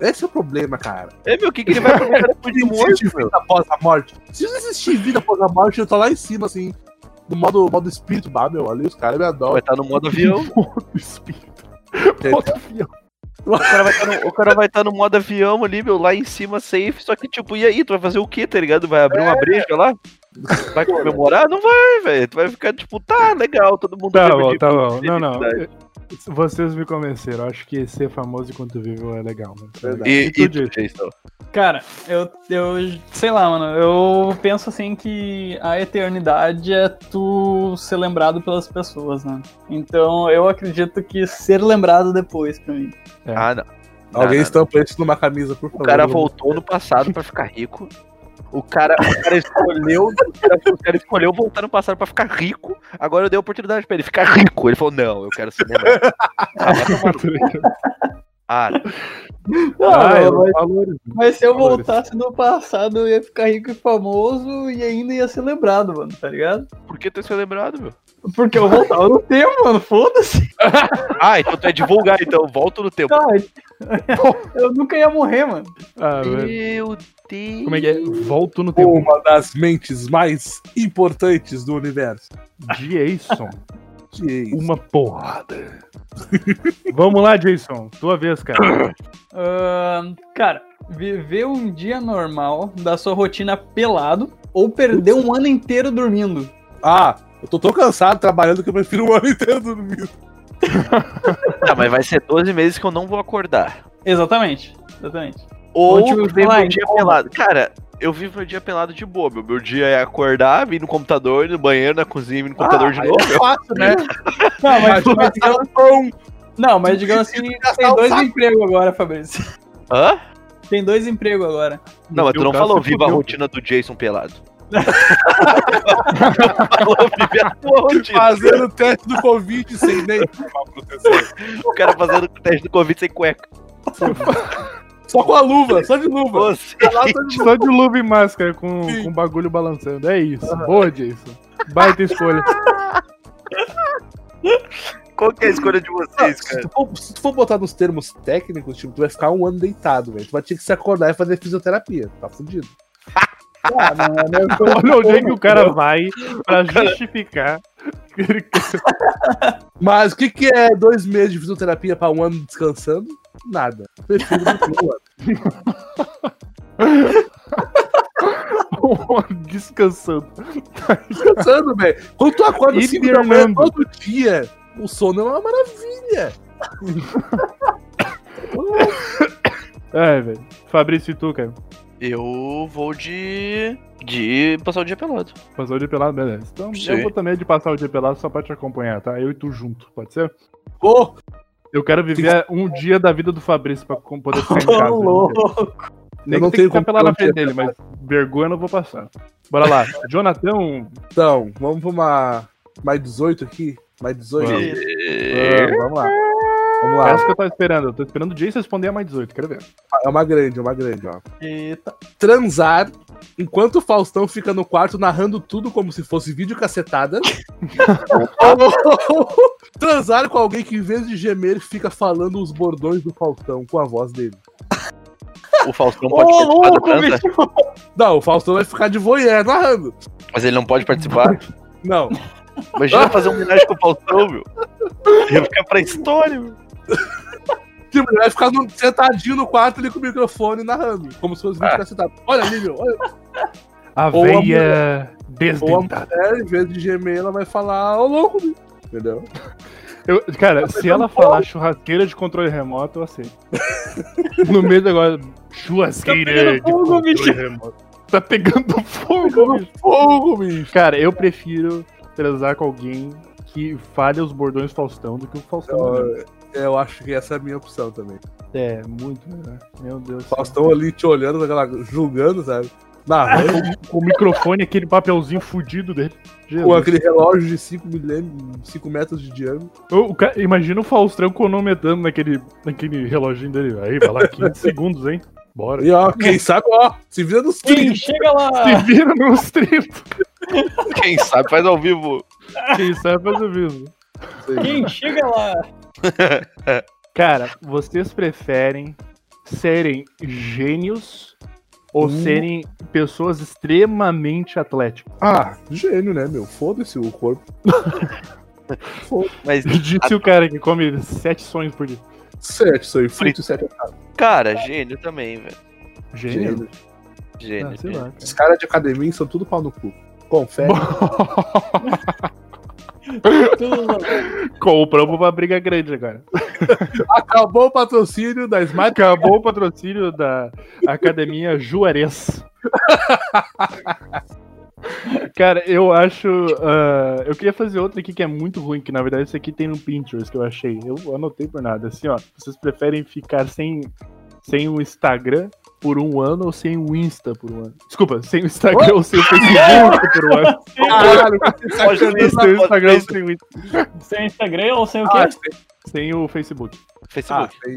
C: Esse é o problema, cara.
A: É, meu, o que, que ele vai perguntar depois um de
C: Não
A: morto,
C: existe
A: meu?
C: vida após a morte. Se não existir vida após a morte, eu tô lá em cima, assim, no modo, modo espírito, bah, meu, ali os caras me
A: Vai
C: adoram.
A: estar no modo avião.
D: Modo espírito. Modo fiel.
A: O cara vai estar no, o cara vai tá no modo avião ali, meu, lá em cima, safe. Só que, tipo, e aí? Tu vai fazer o quê, tá ligado? Vai abrir uma breja lá? Vai comemorar? Não vai, velho. Tu vai ficar, tipo, tá, legal, todo mundo
D: Tá
A: lembra
D: bom,
A: de
D: tá
A: mim,
D: bom.
A: de
D: Não, não.
A: felicidade.
D: Vocês me convenceram. Acho que ser famoso enquanto vivo é legal, né?
C: Verdade.
A: E,
D: tu,
A: e
D: Jason?
A: tu, Jason?
B: Cara, eu, eu sei lá, mano, eu penso assim que a eternidade é tu ser lembrado pelas pessoas, né? Então eu acredito que ser lembrado depois pra mim.
D: É.
A: Ah, não. Não,
C: Alguém
A: não,
C: estampa isso numa camisa, por
A: O
C: favor.
A: cara voltou no passado pra ficar rico. O cara, o cara escolheu. O cara, o cara escolheu voltar no passado pra ficar rico. Agora eu dei a oportunidade pra ele ficar rico. Ele falou: não, eu quero ser lembrado. Ah, vai tomar no cu. Ah,
D: Ah,
C: é.
D: eu
B: Não, mas,
C: né?
D: valorizo.
B: mas se eu
D: valores.
B: voltasse no passado, eu ia ficar rico e famoso e ainda ia ser lembrado, mano, tá ligado?
A: por que tu é ser lembrado, meu?
B: Porque eu voltava no tempo, mano, foda-se.
A: Ah, então tu é divulgar, então. Volto no tempo.
B: Cara, eu nunca ia morrer, mano.
D: Ah, velho.
A: Meu Deus.
D: Como é que é? Volto no tempo.
C: Uma das mentes mais importantes do universo.
D: Jason.
C: Jeez.
D: Uma porrada. Vamos lá, Jason. Tua vez, cara.
B: Ahn, cara, viver um dia normal da sua rotina pelado ou perder um ano inteiro dormindo.
C: Ah, eu tô tão cansado trabalhando que eu prefiro o ano inteiro dormir.
A: Ah, mas vai ser 12 meses que eu não vou acordar.
B: Exatamente, exatamente.
A: Ou
B: Vou te
A: eu vivo
B: falar,
A: meu dia
B: então.
A: pelado. Cara, eu vivo meu dia pelado de boa. Meu, meu dia é acordar, vir no computador, ir no banheiro, na cozinha, vir no computador de novo.
C: É fácil, né?
B: Não, mas,
C: Imagina
B: mas
C: gastar
B: digamos,
C: um pão.
B: não, mas digamos assim,
C: gastar
B: tem
C: um
B: dois
C: saco.
B: empregos agora, Fabrício.
A: Hã?
B: Tem dois empregos agora.
A: Não, mas tu
D: teu
A: não
D: caso,
A: falou
D: você
A: viva a
D: fudeu.
A: rotina do Jason pelado. falou viva a tua rotina.
C: Fazendo teste do Covid sem nem tomar proteção.
A: O cara fazendo teste do Covid sem cueca.
C: Só com a luva, só de luva.
A: Você.
C: Lá, só de luva.
D: Só de luva e máscara com,
C: Sim.
D: com bagulho balançando. É isso. Boa, Jason. Baita escolha.
A: Qual que é a escolha de vocês,
C: Se
A: cara?
C: tu, for, se tu for botar nos termos técnicos, tipo, tu vai ficar um ano deitado, velho. Tu vai ter que se acordar e fazer fisioterapia. Tá fudido.
B: Ah, não, não, não.
D: Olha onde é que o cara vai pra justificar. que ele quer-
C: Mas o que, que é dois meses de fisioterapia pra um ano descansando? Nada. Prefiro do que um ano.
D: Descansando.
C: Descansando, velho. Quando tu acorda
D: E
C: cinco da manhã
D: Fernando?
C: todo dia, o sono é uma maravilha.
D: Ai, É, velho. Fabrício e tu, cara.
A: Eu vou de. de passar o dia pelado.
D: Passar o dia pelado, beleza. Então eu
A: Sim.
D: vou também de passar o dia pelado só pra te acompanhar, tá? Eu e tu junto, pode ser?
C: Ô,
D: Eu quero viver um dia da vida do Fabrício pra com- poder ficar em casa. né?
B: Tô louco.
D: Nem
C: Eu
D: que tem
C: não
D: que
C: tenho
D: ficar
C: como
D: pelado na
C: ter um
D: frente dele, mas vergonha eu não vou passar. Bora lá. Jonathan, um,
C: então, vamos pra uma. Mais 18 aqui? Mais 18?
D: Vamos.
A: É,
C: Vamos, vamos lá. Vamos lá.
D: Essa que eu tava esperando. Eu tô esperando o Jason responder a mais 18, quero ver.
C: É uma grande, é uma grande, ó.
B: Eita.
C: Transar enquanto o Faustão fica no quarto narrando tudo como se fosse vídeo cacetada. Transar com alguém que em vez de gemer fica falando os bordões do Faustão com a voz dele.
A: O Faustão
B: Ô,
A: pode participar da
B: louco,
A: transa,
B: bicho.
C: Não, o Faustão vai ficar de voyeur narrando.
A: mas ele não pode participar.
C: Não.
A: Imagina fazer uma homenagem com o Faustão, meu. Ia ficar pra história, meu.
C: Tipo, ele vai ficar no- sentadinho no quarto ali com o microfone narrando, como se fosse vídeo
A: Ah.
C: cacetado. Olha ali, meu. Olha.
D: A
C: Ou a
D: veia
C: Ou a
D: desdentada.
C: mulher, É, em vez de gemer, ela vai falar, ô louco, meu. entendeu?
D: Eu- cara, se ela falar churrasqueira de controle remoto, eu aceito. No meio do agora, churrasqueira
B: Tá pegando
D: de
B: fogo,
D: controle
B: bicho.
D: remoto. Tá pegando fogo, bicho.
C: Fogo, bicho.
D: Cara, eu prefiro transar com alguém que falha os bordões Faustão do que o Faustão.
C: Eu, Então, eu acho que essa é a minha opção também.
D: É, muito melhor. Meu Deus. do céu.
C: Faustão ali te olhando, aquela, julgando, sabe? Narrando.
D: Com o microfone, aquele papelzinho fudido dele. Jesus.
C: Com aquele relógio de 5 milênios, 5 metros de diâmetro.
D: O- o ca- imagina o Faustão cronometrando naquele, naquele reloginho dele. Aí, vai lá, 15 segundos, hein? Bora.
C: E ó, quem sabe, ó, se vira nos
B: Sim,
C: 15.
B: chega lá.
D: Se vira nos 30.
A: Quem sabe faz ao vivo.
D: Quem sabe faz o mesmo.
C: né?
B: Quem chega lá?
D: Cara, vocês preferem serem gênios ou
C: Hum.
D: serem pessoas extremamente atléticas?
C: Ah, gênio, né, meu? Foda-se o corpo. Foda-se.
A: Mas,
D: Disse o cara que come sete sonhos por dia.
C: Sete, isso aí. Fruto, sete. é
A: cara, gênio também, velho.
D: Gênio?
C: Gênio.
A: Gênio.
D: Ah, sei lá.
C: Os caras de academia são tudo pau no cu. Confere.
B: Tudo
D: Compramos uma briga grande agora.
C: Acabou o patrocínio da Smart.
D: Acabou o patrocínio da Academia Juarez. Cara, eu acho. ah, eu queria fazer outro aqui que é muito ruim, que na verdade isso aqui tem no Pinterest que eu achei. Eu anotei por nada. Assim, ó. Vocês preferem ficar sem, sem o Instagram por um ano ou sem o Insta por um ano? Desculpa, sem o Instagram ou sem o Facebook por um ano?
C: Caralho, você tá
A: Pode
C: achando
A: ter
C: isso.
A: isso.
D: sem o Instagram ou sem o, Insta-
B: Sem Instagram ou sem o quê?
C: Ah, sem-
D: sem o Facebook.
C: ah,
A: Facebook.
C: sem-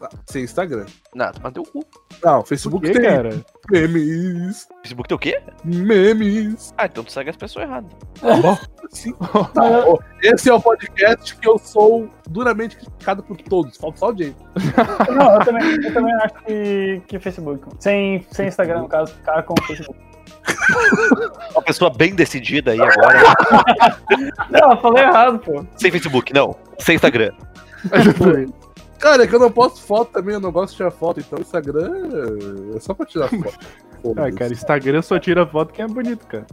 C: ah, sem Instagram.
A: Nada, mas deu cu.
C: Não,
D: Por
C: Ah, Facebook
D: que,
C: tem
D: cara?
C: memes.
A: Facebook tem o quê?
C: Memes.
A: Ah, então tu segue as pessoas erradas.
C: Sim. Tá, ó, Esse é o podcast que eu sou duramente criticado por todos. Falta só o James.
B: Não, eu também, eu também acho que, que Facebook. Sem, sem Instagram, no caso, ficar com o Facebook.
A: Uma pessoa bem decidida aí agora.
B: Não, eu falei errado, pô.
A: Sem Facebook, não. Sem Instagram.
C: Cara, é que eu não posto foto também, eu não gosto de tirar foto, então Instagram é só pra tirar foto.
D: Ah, cara, Instagram só tira foto quem é bonito, cara.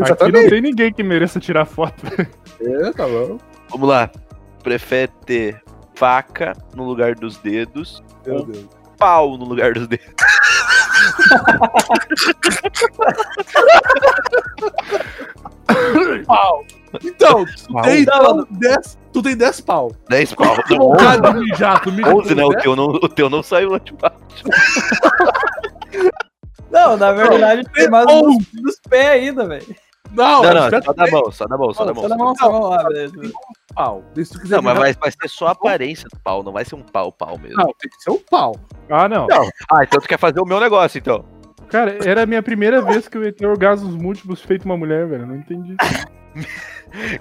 D: Aqui não
C: exatamente.
D: tem ninguém que mereça tirar foto.
C: É, tá bom.
A: Vamos lá. Prefere ter faca no lugar dos dedos,
C: Meu Deus.
A: pau no lugar dos dedos.
C: Então, tu
D: Pau.
C: tem 10 tu tem 10 pau.
A: 10 pau.
C: Que
A: Não, 11,
C: vontade de mijar, tu mija
A: 11
C: com
A: né? O
C: 10?
A: teu, não, o teu não saiu lá de baixo.
B: Não, na verdade, tem mais
C: Ou-
B: uns dos pés ainda, velho.
C: Não,
A: Não,
C: já
A: não, só
C: tem
A: da mão, só da mão, só da
B: Só na
A: mão.
B: mão, só na mão lá, beleza.
C: pau. Se tu quiser
A: Não, mas vai,
C: mijar-
A: vai ser só a aparência do pau, não vai ser um pau-pau mesmo.
C: Não, tem que ser um pau.
D: Ah, não.
A: Ah, então tu quer fazer o meu negócio, então.
D: Cara, era a minha primeira vez que eu ia ter orgasmos múltiplos feito uma mulher, velho. Não entendi.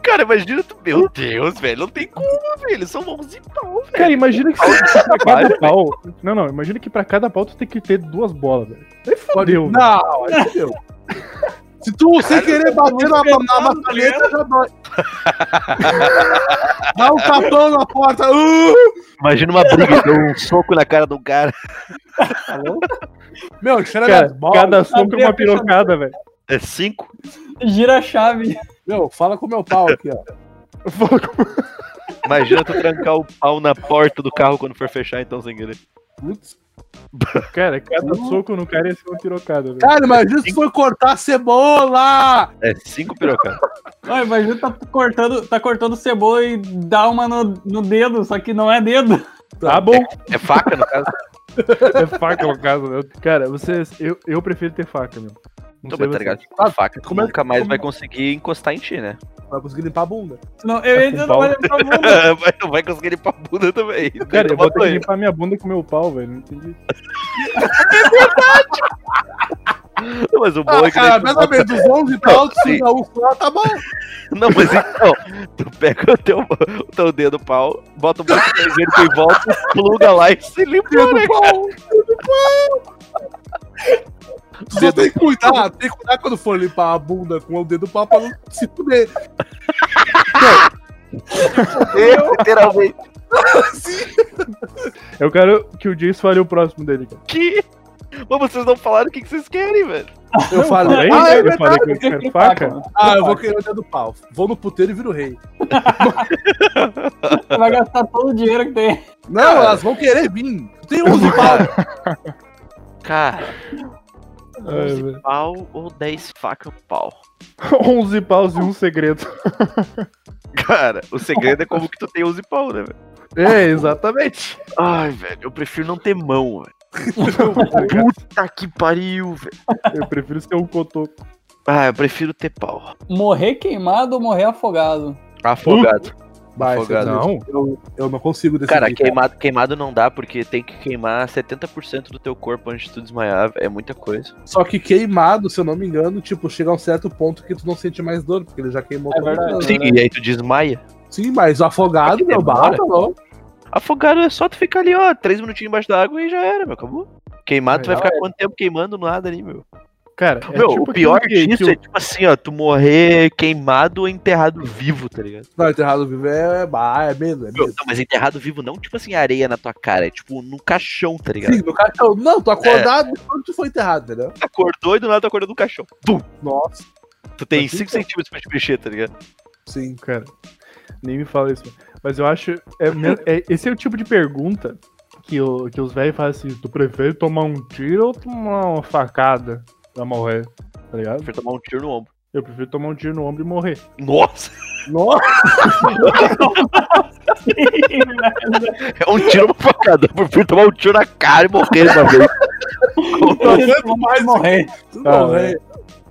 A: Cara, imagina tu. Meu Deus, velho, não tem como, velho. São 11 pau, velho.
D: Cara, imagina que você- pra cada pau. Não, não. Imagina que pra cada pau tu tem que ter duas bolas, velho. Aí fodeu. velho.
C: Não, aí fudeu. Se tu sem querer bater na, na maçaneta, já dói. Dá um tapão na porta. Uh!
A: Imagina uma briga, deu um soco na cara do cara.
C: Meu, cheira
D: Cara,
C: das bolas.
D: cada soco é
B: abrir a
D: uma pirocada, velho.
A: É 5?
B: Gira a chave.
C: Meu, fala com o meu pau aqui, ó.
A: Imagina tu trancar o pau na porta do carro quando for fechar, então, sem querer.
C: Putz.
D: Cara, cada soco no cara ia ser uma pirocada,
A: Tá
D: velho.
C: Cara, imagina se for cortar a cebola.
A: É 5 pirocada.
B: Ó, imagina tá cortando, tá cortando cebola e dá uma no, no dedo, só que não é dedo.
D: Tá bom.
A: É faca, no caso.
D: né? É faca no caso, meu. Cara, vocês. Eu, eu prefiro ter faca, meu. Não
A: Então,
D: sei
A: mas tá
D: vocês.
A: ligado? Com a faca, tu
C: como é-
A: nunca mais
C: como-
A: vai conseguir encostar em ti, né?
C: Vai conseguir limpar a bunda.
B: Não, eu ainda não
D: Tá pau.
B: vai limpar a bunda.
A: Mas não vai conseguir limpar a bunda também.
D: Cara, eu
A: Toma
D: vou ter que
A: banho.
D: limpar minha bunda com meu pau, velho. Não entendi.
A: Não, mas o bom é
C: Ah,
A: que daí
C: cara,
A: tu
C: mais ou
A: bota-
C: menos, dos 11 pau que
A: sim.
C: suja um só, tá bom.
A: Não, mas então, tu pega o teu, o teu dedo pau, bota um pouco de higiênico em volta, pluga lá e se limpa, né?
C: Dedo bom, dedo bom. Tu só
A: Dedo
C: tem que cuidar, tem que cuidar quando for limpar a bunda com o dedo pau pra não se fuder.
A: Eu, literalmente.
D: Eu quero que o Jace fale o próximo dele, cara.
A: Que? Mas vocês não falaram o que que vocês querem, velho.
C: Eu falei,
D: falei,
C: ah, é
D: eu falei
C: verdade.
D: que eu quero faca.
C: Ah, eu vou querer o dedo pau. Vou no puteiro e viro rei.
B: Você vai gastar todo o dinheiro que tem.
C: Não, elas vão querer vir. Tem 11 pau.
A: Cara, cara
D: Ai, velho.
A: pau ou 10 facas pau?
D: 11 paus e um segredo.
A: Cara, o segredo é como que tu tem 11 pau, né, velho?
D: É, exatamente.
A: Ai, velho, eu prefiro não ter mão, velho. Puta que pariu, velho.
D: Eu prefiro ser um cotoco.
A: Ah, eu prefiro ter pau.
B: Morrer queimado ou morrer afogado?
A: Afogado.
C: Vai,
A: Afogado.
C: Não, eu, eu não consigo decidir.
A: Uh, Cara, queimado, queimado não dá, porque tem que queimar 70% do teu corpo antes de tu desmaiar, velho. é muita coisa.
C: Só que queimado, se eu não me engano, tipo, chega a um certo ponto que tu não sente mais dor, porque ele já queimou
B: É
C: todo
B: verdade.
C: mundo. né?
D: né?
A: Sim, e aí tu desmaia.
C: Sim, mas o afogado, meu
A: Demora.
C: barra, tá não.
A: Afogado é só tu ficar ali, ó, três minutinhos embaixo da água e já era, meu, acabou. Queimado, tu vai
D: Não,
A: ficar quanto tempo queimando nada ali, meu?
D: Cara, é
A: meu,
D: tipo
A: o pior
D: aquele que-
A: disso
D: que
A: é tipo assim, ó, tu morrer queimado ou enterrado vivo, tá ligado?
C: Não, enterrado vivo é, é bah, é medo, é
A: Meu,
C: medo.
A: não, mas enterrado vivo não, tipo assim, areia na tua cara, é tipo no caixão, tá ligado?
C: Sim, no caixão. Não, tu acordado quando tu foi enterrado, entendeu?
A: Tu acordou e do nada tu acordou no caixão. Bum!
C: Nossa,
A: Tu tem
C: Mas
A: 5
C: então-
A: centímetros pra te mexer, tá ligado?
C: sim.
D: o- Cara, nem me fala isso. Mas eu acho. é me- é- esse é o tipo de pergunta que, o- que os velhos fazem assim: tu prefere tomar um tiro ou tomar uma facada pra morrer? Tá ligado?
A: Pra tomar um tiro no ombro.
D: Eu prefiro tomar um tiro no ombro e morrer.
A: Nossa,
C: Nossa,
A: é um tiro uma facada. Eu prefiro tomar um tiro na cara e morrer de uma vez.
B: Não aguento mais morrer.
C: tu
D: Ah,
C: não, é.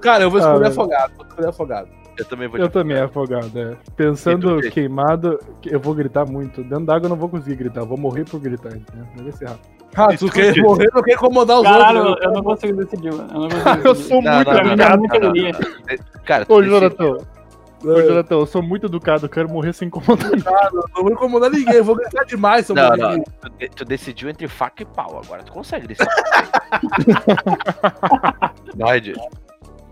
C: Cara, eu vou escolher
D: Ah,
C: afogado, vou escolher afogado.
A: Eu também vou
D: Eu também, afogado, é. Pensando
A: E tu, Jay?
D: queimado, eu vou gritar muito. Dentro d'água eu não vou conseguir gritar, eu vou morrer por gritar, entendeu? Não vai ser rápido.
C: Ah, tu quer morrer, não quer incomodar os
B: Caralho,
C: outros. né?
B: eu não consigo decidir, mano. Eu não consigo decidir. é
A: Não, muito não, não,
B: educado. não, não, não,
A: Cara, tu
D: Ô,
A: decide.
D: Jonathan, ô,
C: Eu
D: Jonathan, eu sou muito educado, eu quero morrer sem incomodar.
C: Ah, não vou incomodar ninguém, eu vou gritar demais se eu
A: Não,
C: morrer.
A: não. Tu, de- tu decidiu entre faca e pau. Agora tu consegue decidir. Verdade.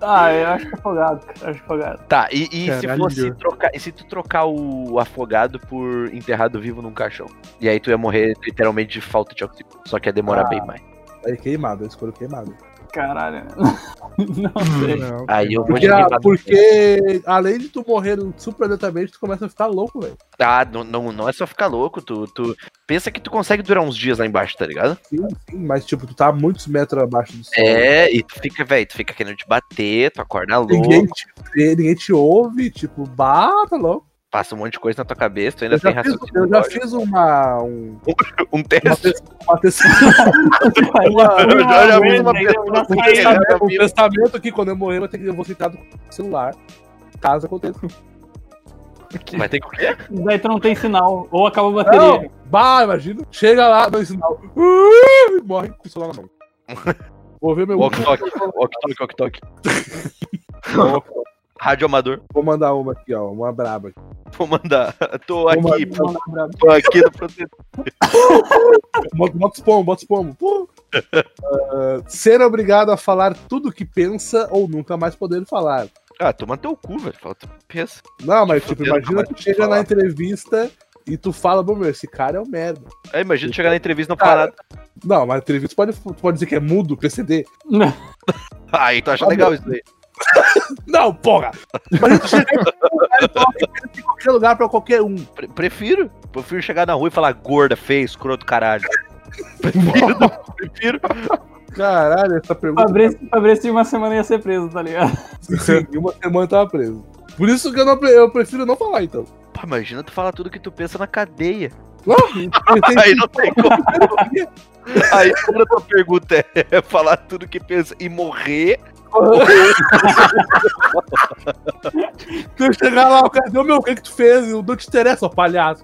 B: Ah, eu acho que afogado, cara. Acho que afogado.
A: tá, e, e se
D: Caralho.
A: fosse trocar. E se tu trocar o afogado por enterrado vivo num caixão? E aí tu ia morrer literalmente de falta de oxigênio. Só que ia demorar
C: Ah.
A: bem mais.
C: Aí queimado, eu escolho queimado.
B: Caralho. Não sei.
D: Não,
A: Aí eu vou
C: Porque,
A: jogar
C: a-
A: pra-
C: porque além de tu morrer super lentamente, tu começa a ficar louco, velho.
A: Ah, não, não, não é só ficar louco. Tu, tu pensa que tu consegue durar uns dias lá embaixo, tá ligado?
C: Sim, sim, mas tipo, tu tá muitos metros abaixo do céu.
A: É, e tu fica, velho, tu fica querendo te bater, tu acorda louco.
C: Ninguém te vê, ninguém te ouve, tipo, bata louco.
A: passa um monte de coisa na tua cabeça, tu ainda
C: Eu
A: tem
C: já, fiz,
A: raciocínio.
C: eu já
A: lógico.
C: fiz uma. Um,
A: um
C: uma,
A: teste.
C: pes- uma um pes-
A: Eu já, já fiz uma
B: Eu
A: pessoa
B: já saí,
A: com telhado
C: um
A: vivo.
C: pensamento aqui, quando eu morrer, eu vou ter que eu vou sentado com o celular. Caso aconteça.
A: Mas tem que o quê?
B: Daí tu não tem sinal. Ou acaba a
C: Não,
B: bateria.
C: bah, imagina. Chega lá, dá um sinal. e morre com o celular na mão. Vou ver meu.
A: Walk talk, walk talk, walk talk. Rádio amador.
C: Vou mandar uma aqui, ó. Uma braba. aqui.
A: Vou mandar. Tô aqui,
B: Não, não, não.
A: tô aqui no protetor.
C: Bota, bota os pombos, bota os pombos. Pô. Ah, ser obrigado a falar tudo o que pensa ou nunca mais poder falar.
A: Ah, toma teu cu, velho. Fala, tu pensa.
C: Não, mas tipo,
A: Fudeu,
C: imagina
A: nunca
C: tu
A: mais
C: chega
A: falar.
C: na entrevista e tu fala, "Bom, meu, esse cara é um merda.
A: Aí Ah, imagina chegar na entrevista e não falar nada.
C: Não, mas entrevista pode, tu pode dizer que é mudo, PCD.
A: Aí tu Ah, então acha legal isso daí.
C: Não, porra! Imagina tu chegar em qualquer lugar e falar o que pensa em qualquer lugar pra qualquer um.
A: Pre- prefiro. Prefiro chegar na rua e falar gorda, feio, escroto, caralho. Prefiro, prefiro.
C: Caralho, essa
B: O
C: pergunta.
B: Fabrício, Fabrício de uma semana ia ser preso, tá ligado?
C: Sim, em uma semana eu tava preso. Por isso que eu, não, eu prefiro não falar, então.
A: Pô, imagina tu falar tudo que tu pensa na cadeia.
C: Não, eu tenho-
A: Aí não tem como. é Aí quando a tua pergunta é falar tudo que pensa e morrer,
C: Se eu chegar lá, o cara deu meu, o que que tu fez? Eu não te interessa, ó, palhaço.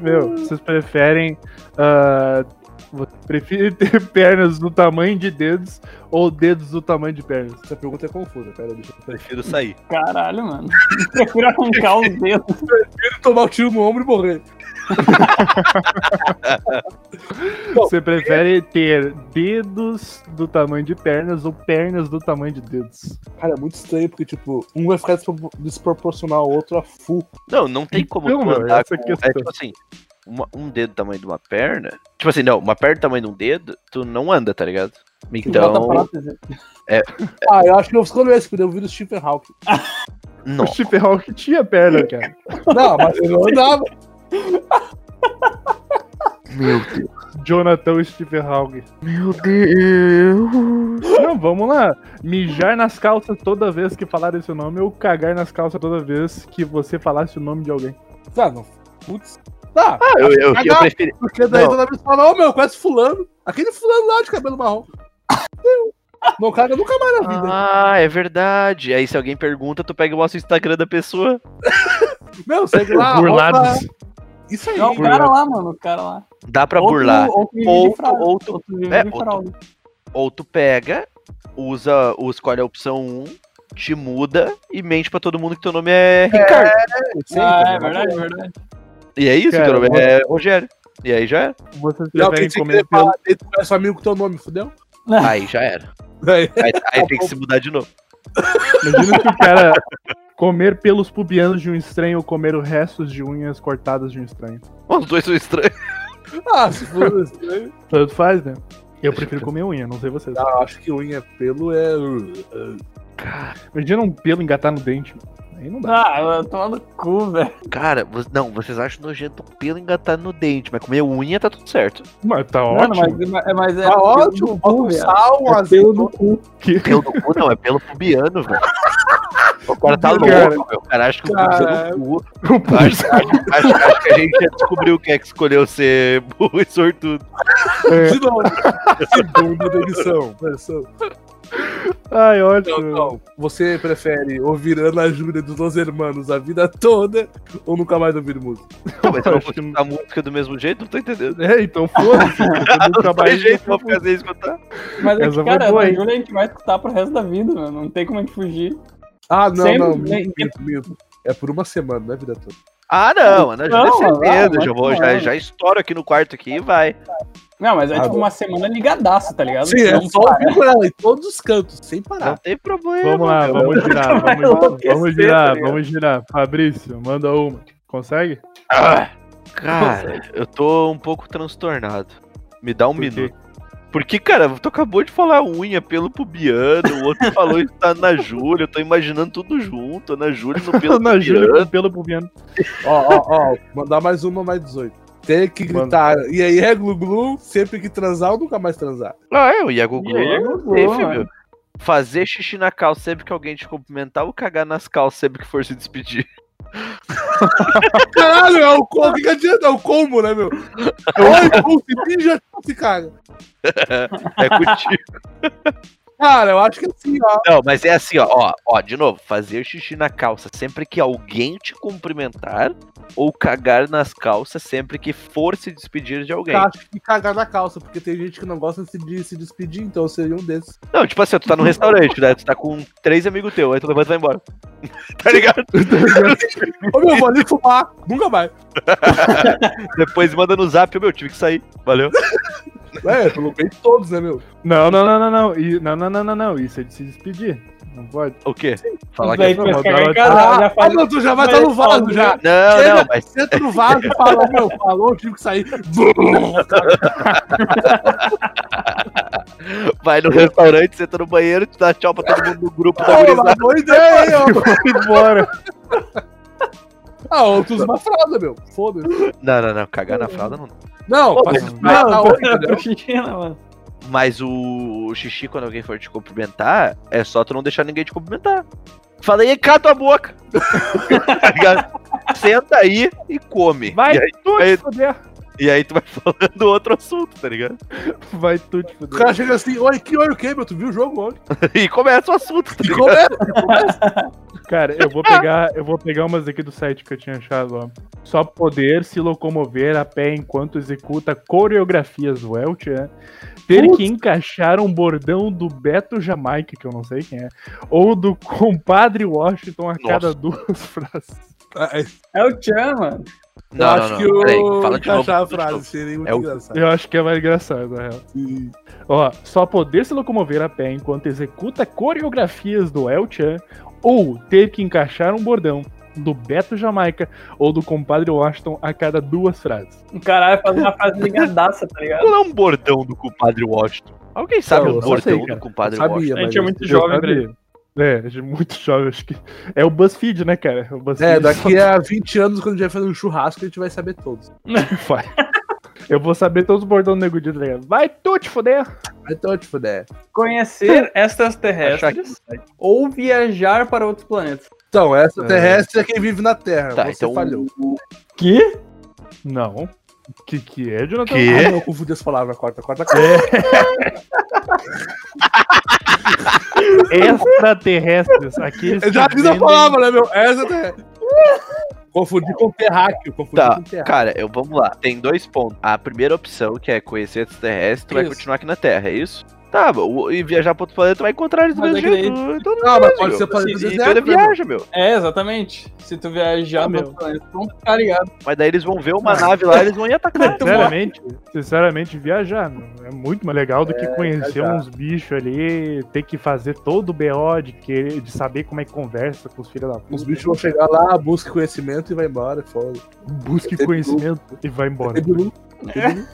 D: Meu, vocês preferem. ah, você prefere ter pernas do tamanho de dedos ou dedos do tamanho de pernas?
C: Essa pergunta é confusa, cara. Deixa eu
A: Prefiro sair.
B: Caralho, mano. Procura arrancar os dedos.
C: Prefiro tomar o tiro no ombro e morrer.
D: Você prefere ter dedos do tamanho de pernas ou pernas do tamanho de dedos?
C: Cara, é muito estranho, porque, tipo, um vai ficar despropor- desproporcional ao outro a full.
A: Não, não tem como
D: Então,
A: tu
D: meu,
A: andar
D: essa
A: com-
D: questão.
A: É tipo assim, uma- um dedo do tamanho de uma perna. Tipo assim, não, uma perna do tamanho de um dedo, tu não anda, tá ligado?
B: Bota
A: Então,
B: prótese.
C: Ah, eu acho que eu escolho esse, porque eu viro o Stephen Hawking.
A: não.
D: O Stephen Hawking tinha perna, cara.
C: Não, mas eu não andava.
A: Meu Deus.
D: Jonathan Stephen Hawking.
A: Meu Deus.
D: Não, vamos lá. Mijar nas calças toda vez que falar esse nome ou cagar nas calças toda vez que você falasse o nome de alguém.
C: Tá, não. Putz. Tá,
A: Ah, eu, eu, eu preferi.
C: porque daí
A: não.
C: toda vez que fala, ô meu, conhece fulano. Aquele fulano lá de cabelo marrom. Eu. Não caga nunca mais na vida.
A: Ah, é verdade. Aí se alguém pergunta, tu pega o nosso Instagram da pessoa.
C: Meu, segue lá.
D: Burlados.
C: arroba- Isso aí.
B: Não, É o cara lá, mano. O cara lá.
A: Dá pra
B: Ou tu-
A: burlar.
C: tipo
B: Ou tu vive
A: Ou
B: de
A: tu-
B: fraude.
A: ou tu-
B: Ou tu vive
A: é,
B: de
A: ou tu-
B: fraude.
A: Ou tu pega, usa, ou escolhe a opção 1, te muda e mente pra todo mundo que teu nome é Ricardo.
C: Sim,
B: Ah,
C: cara,
B: é verdade, é verdade.
A: E é isso,
D: Cara,
A: teu nome é Rogério. E aí já era.
D: Vocês
C: Não, quem
D: preferem
C: tinha que
D: comer
C: ter
D: pelo...
C: falado, ele conhece um amigo com teu nome, fudeu?
A: Aí já era. Aí, aí tem que se mudar de novo.
D: Imagina se o cara comer pelos pubianos de um estranho ou comer os restos de unhas cortadas de um estranho.
A: Os dois são estranhos.
C: Ah, se for estranho.
D: Tanto faz, né? Eu prefiro comer unha, não sei vocês.
C: Ah, acho que unha pelo é. uh, uh.
D: Imagina um pelo engatar no dente. mano. Aí não dá.
B: Ah, eu tô no cu, velho.
A: Cara, vo- não, vocês acham nojento o pelo engatar no dente, mas comer unha tá tudo certo.
D: Mas tá
B: Mano,
D: ótimo.
B: mas, mas- mas é.
C: Tá ótimo, bota um
B: velho.
C: sal, um
B: É pelo
C: azeite.
B: do cu.
D: Que-
A: Pelo no cu não, é pelo pubiano, velho. O cara tá louco,
D: Cara.
A: meu. O cara acha que o
C: Cara.
A: pubiano é no cu. Acho, acho- acho- acho que a gente já descobriu quem é que escolheu ser burro e sortudo.
D: É.
C: De novo. Segunda demissão. Versão.
D: Ai, ótimo.
C: Então, então, você prefere ouvir Ana Júlia dos Los Hermanos a vida toda ou nunca mais ouvir música?
A: Não, mas se eu não
D: Acho
A: fosse
D: que não-
A: escutar música do mesmo jeito, não tô entendendo.
D: É, então foda-se. todo mundo
A: Não
D: trabalha-
A: tem jeito, vou ficar sem escutar.
B: Mas é
D: Essa
B: que,
D: foi
B: cara,
D: boa,
B: a
D: hein?
B: Júlia a gente vai escutar pro resto da vida, mano. Não tem como a gente fugir.
C: Ah, não,
B: Sempre
C: não.
B: vem-
C: Minto, minto, minto. É por uma semana, não é a vida toda.
A: Ah, não, Ana Júlia é
B: Não,
A: certeza.
B: não,
A: já, vou,
B: não.
A: já, já estouro aqui no quarto aqui e vai.
B: Não, mas é
C: Ah,
B: tipo
C: bom.
B: uma semana ligadaça, tá ligado?
C: Sim, é
B: Não
C: só ouvir por ela em todos os cantos, sem
A: Não
C: parar.
A: tem problema.
D: Vamos lá,
A: meu.
D: vamos girar,
B: Vai
D: vamos,
B: enlouquecer,
D: vamos girar,
B: tá ligado?
D: vamos girar. Fabrício, manda uma. Consegue?
A: Ah, cara, eu tô um pouco transtornado. Me dá um
D: Por quê?
A: minuto. Porque, cara, tu acabou de falar unha pelo pubiano, o outro falou isso tá na Júlia, eu tô imaginando tudo junto, Ana Júlia no pelo
D: Ana Júlia
A: pubiano.
D: com pelo pubiano.
C: Ó, ó, ó. Mandar mais uma, mais 18. Tem que gritar. E aí é glu-glu, sempre que transar ou nunca mais transar.
A: Ah, é, o Iago Globo.
B: Iago
A: é
B: Globo,
A: safe,
B: mano.
A: meu. Fazer xixi na calça sempre que alguém te cumprimentar ou cagar nas calças sempre que for se despedir.
C: Caralho, é o combo. O que que adianta? É o combo, né, meu? Oi, pô, se pinja, se caga.
A: É contigo.
C: Cara, eu acho que assim, ó.
A: Não, mas é assim, ó, ó, ó, de novo, fazer xixi na calça sempre que alguém te cumprimentar ou cagar nas calças sempre que for se despedir de alguém.
C: Acho que cagar na calça, porque tem gente que não gosta de se, de se despedir, então eu seria um desses.
A: Não, tipo assim, tu tá num restaurante, né? Tu tá com três amigos teus, aí tu levanta e vai embora. tá ligado?
C: Ô meu, vou ali fumar, nunca mais.
A: Depois manda no zap, ô, meu, tive que sair. Valeu.
C: É, pelo bem de todos, né, meu?
D: Não, não, não, não, não. E- não, não, não, não, não. Isso é de se despedir. Não pode.
A: O quê? Falar que
B: Daí
A: é...
B: tu
D: é
B: vai
D: uma
B: cagar em
D: bela-
B: casa, já
C: ah,
B: faz.
C: não, tu já vai estar no vaso, já.
A: né? Não, não, mas.
C: Senta no vaso e fala, meu, falou, tive que sair.
A: Vai no restaurante, senta no banheiro, te dá tchau pra todo mundo do grupo da
C: Pô,
A: gurizada.
C: mas boa ideia, hein, ó.
D: Vai embora.
C: Ah, ou tu usa uma fralda, meu. Foda-se.
A: Não, não, não, cagar na fralda não. dá.
C: Não,
A: Pô,
C: mas
A: mas-
B: um
C: vai na outra, entendeu?
B: China, tá mano.
A: Mas o, o xixi, quando alguém for te cumprimentar, é só tu não deixar ninguém te cumprimentar. Fala aí, cata a boca. tá ligado? Senta aí e come.
D: Vai,
A: E aí,
D: tu
A: aí-
D: se fuder.
A: E aí tu vai falando outro assunto, tá ligado?
D: Vai tu te
C: O
D: fuder.
C: cara chega assim, oi, que olho que, meu? Tu viu o jogo ontem?
A: E começa o assunto, tá
C: E
A: ligado?
C: começa.
D: Cara, eu vou pegar, eu vou pegar umas aqui do site que eu tinha achado, ó. Só poder se locomover a pé enquanto executa coreografias do El Chan, ter que encaixar um bordão do Beto Jamaica, que eu não sei quem é, ou do compadre Washington a cada duas frases.
C: Ah,
B: É o Tchan, mano.
C: Eu acho que o.
A: Peraí, fala de novo,
C: encaixar
A: fala
C: a
A: de
C: frase
A: novo.
C: seria muito
A: É o-
C: engraçado.
D: Eu acho que é mais engraçado, na real.
C: E-
D: Ó, só poder se locomover a pé enquanto executa coreografias do El Chan ou ter que encaixar um bordão do Beto Jamaica ou do compadre Washington a cada duas frases.
B: Um Caralho, fazer uma frase ligadaça, tá ligado?
A: Qual é um bordão do compadre Washington? Alguém sabe
C: Não,
A: um
C: eu só
A: bordão
D: sei, cara.
A: do compadre
C: Sabia,
A: Washington?
B: A gente é
C: mas-
B: muito jovem pra ele.
D: Sabe? É, de muito jovem, acho que. É o BuzzFeed, né, cara? O BuzzFeed
C: É, daqui a 20 anos, quando a gente vai fazer um churrasco, a gente vai saber todos.
D: só faz. Eu vou saber todos os bordões do Nego Di, tá ligado? Vai tu te fuder!
C: Então, tipo, né?
B: Conhecer
C: É,
A: Achar
B: extraterrestres
A: que-
B: ou viajar para outros planetas.
C: Então, essa terrestre é quem vive na Terra.
A: Tá,
C: Você
A: então-
C: falhou.
B: Que?
D: Não. Que que é, Jonathan?
A: Que?
C: Ah, não, eu confundi as palavras. Corta, corta, corta.
D: Extraterrestres. Aqueles
C: Eu já
D: que
C: fiz a
D: vendem-
C: palavra, né, meu? Essa é. Confundi com terráqueo. Confundi
A: Tá,
C: com terráqueo.
A: cara, eu, vamos lá. Tem dois pontos. A primeira opção, que é conhecer extraterrestre, tu vai
C: Isso.
A: continuar aqui na Terra, é isso? Tá, o- e viajar pra outro planeta, tu vai encontrar eles do
B: Mas
A: mesmo
B: é que
A: jeito. Então não,
C: Não, mas
A: meu.
C: pode ser fazer
B: Sim,
C: do
A: E então ele
C: deserto. né, meu?
A: viaja, meu.
B: É, exatamente. Se tu viajar
D: Ah,
B: para
D: meu.
B: outros planetas, vamos ficar ligado.
A: Mas daí eles vão ver uma
C: Ah.
A: nave lá, eles vão ir atacar.
D: Sinceramente, sinceramente, viajar meu, é muito mais legal do que conhecer
C: viajar.
D: uns bichos ali, ter que fazer todo o BO de, querer, de saber como é que conversa com os filhos da puta.
C: Os bichos vão chegar lá, busca conhecimento e vai embora. Foda.
D: Busque
C: Teve
D: conhecimento e vai embora.
C: Ebilu.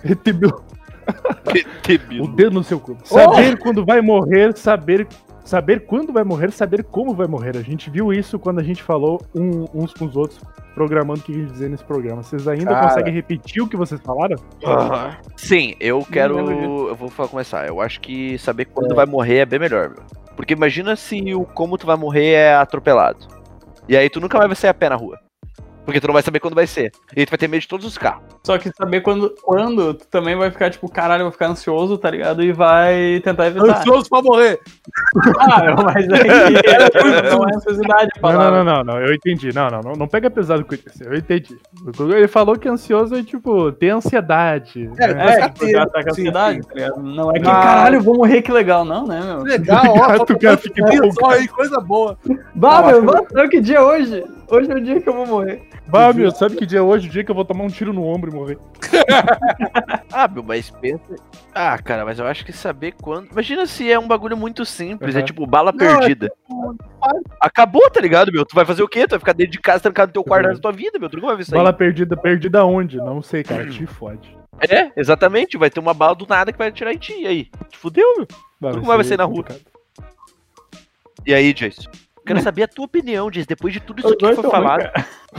D: Ete Bilu, O
A: Tebilu.
D: dedo no seu
C: Oh!
D: cu. Saber quando vai morrer, saber. Saber quando vai morrer, saber como vai morrer. A gente viu isso quando a gente falou um- uns com os outros, programando o que a gente dizer nesse programa. Vocês ainda
C: Cara.
D: conseguem repetir o que vocês falaram?
A: Aham. Sim, eu quero.
D: lembro
A: Eu vou fa- começar. Eu acho que saber quando vai morrer é bem melhor, meu. Porque imagina se o como tu vai morrer é atropelado. E aí tu nunca mais vai sair a pé na rua. Porque tu não vai saber quando vai ser. E aí tu vai ter medo de todos os carros.
B: Só que saber quando, quando, tu também vai ficar tipo, caralho, eu vou ficar ansioso, tá ligado? E vai tentar evitar.
C: Ansioso pra morrer.
B: Ah, mas aí não é ansiosidade
D: Não, não,
B: a
D: não,
B: palavra.
D: não, não, eu entendi. Não, não, não, não pega pesado com isso. Eu entendi. Ele falou que ansioso é tipo, tem ansiedade.
C: É,
D: né?
B: É, tipo, já
C: Sim,
B: tá com
C: sim.
B: ansiedade, tá ligado? Não é que,
C: Ah.
B: caralho, eu vou morrer, que legal, não, né, meu?
C: Legal,
D: Obrigado,
C: ó. falta
D: cara,
C: quantos
D: fica
C: dias
D: empolgado.
C: só, hein? Coisa boa.
B: Bah,
C: Ah,
B: meu,
C: acho
B: bah, sabe que dia é hoje? Hoje é o dia que eu vou morrer.
D: Bah, meu, sabe que dia é hoje? O dia que eu vou tomar um tiro no ombro e morrer.
A: Ah, meu, mas pensa. Ah, cara, mas eu acho que saber quando. Imagina se é um bagulho muito simples, é
D: Aham.
A: tipo bala
C: Não, é
A: perdida. Acabou, tá ligado, meu? Tu vai fazer o quê? Tu vai ficar dentro de casa trancado no teu quarto
D: Uhum.
A: da tua vida, meu. Tu nunca vai ver isso aí.
D: Bala perdida, perdida onde? Não sei, cara, te fode.
A: É, exatamente. Vai ter uma bala do nada que vai atirar em ti. E aí? Te fudeu, meu.
D: Bah,
A: Nunca mais vai sair na
D: complicado.
A: E aí, Jason? Quero saber a tua opinião, Jason, depois de tudo isso
B: Os
A: aqui que
B: dois
A: foi
B: tão ruim,
A: falado.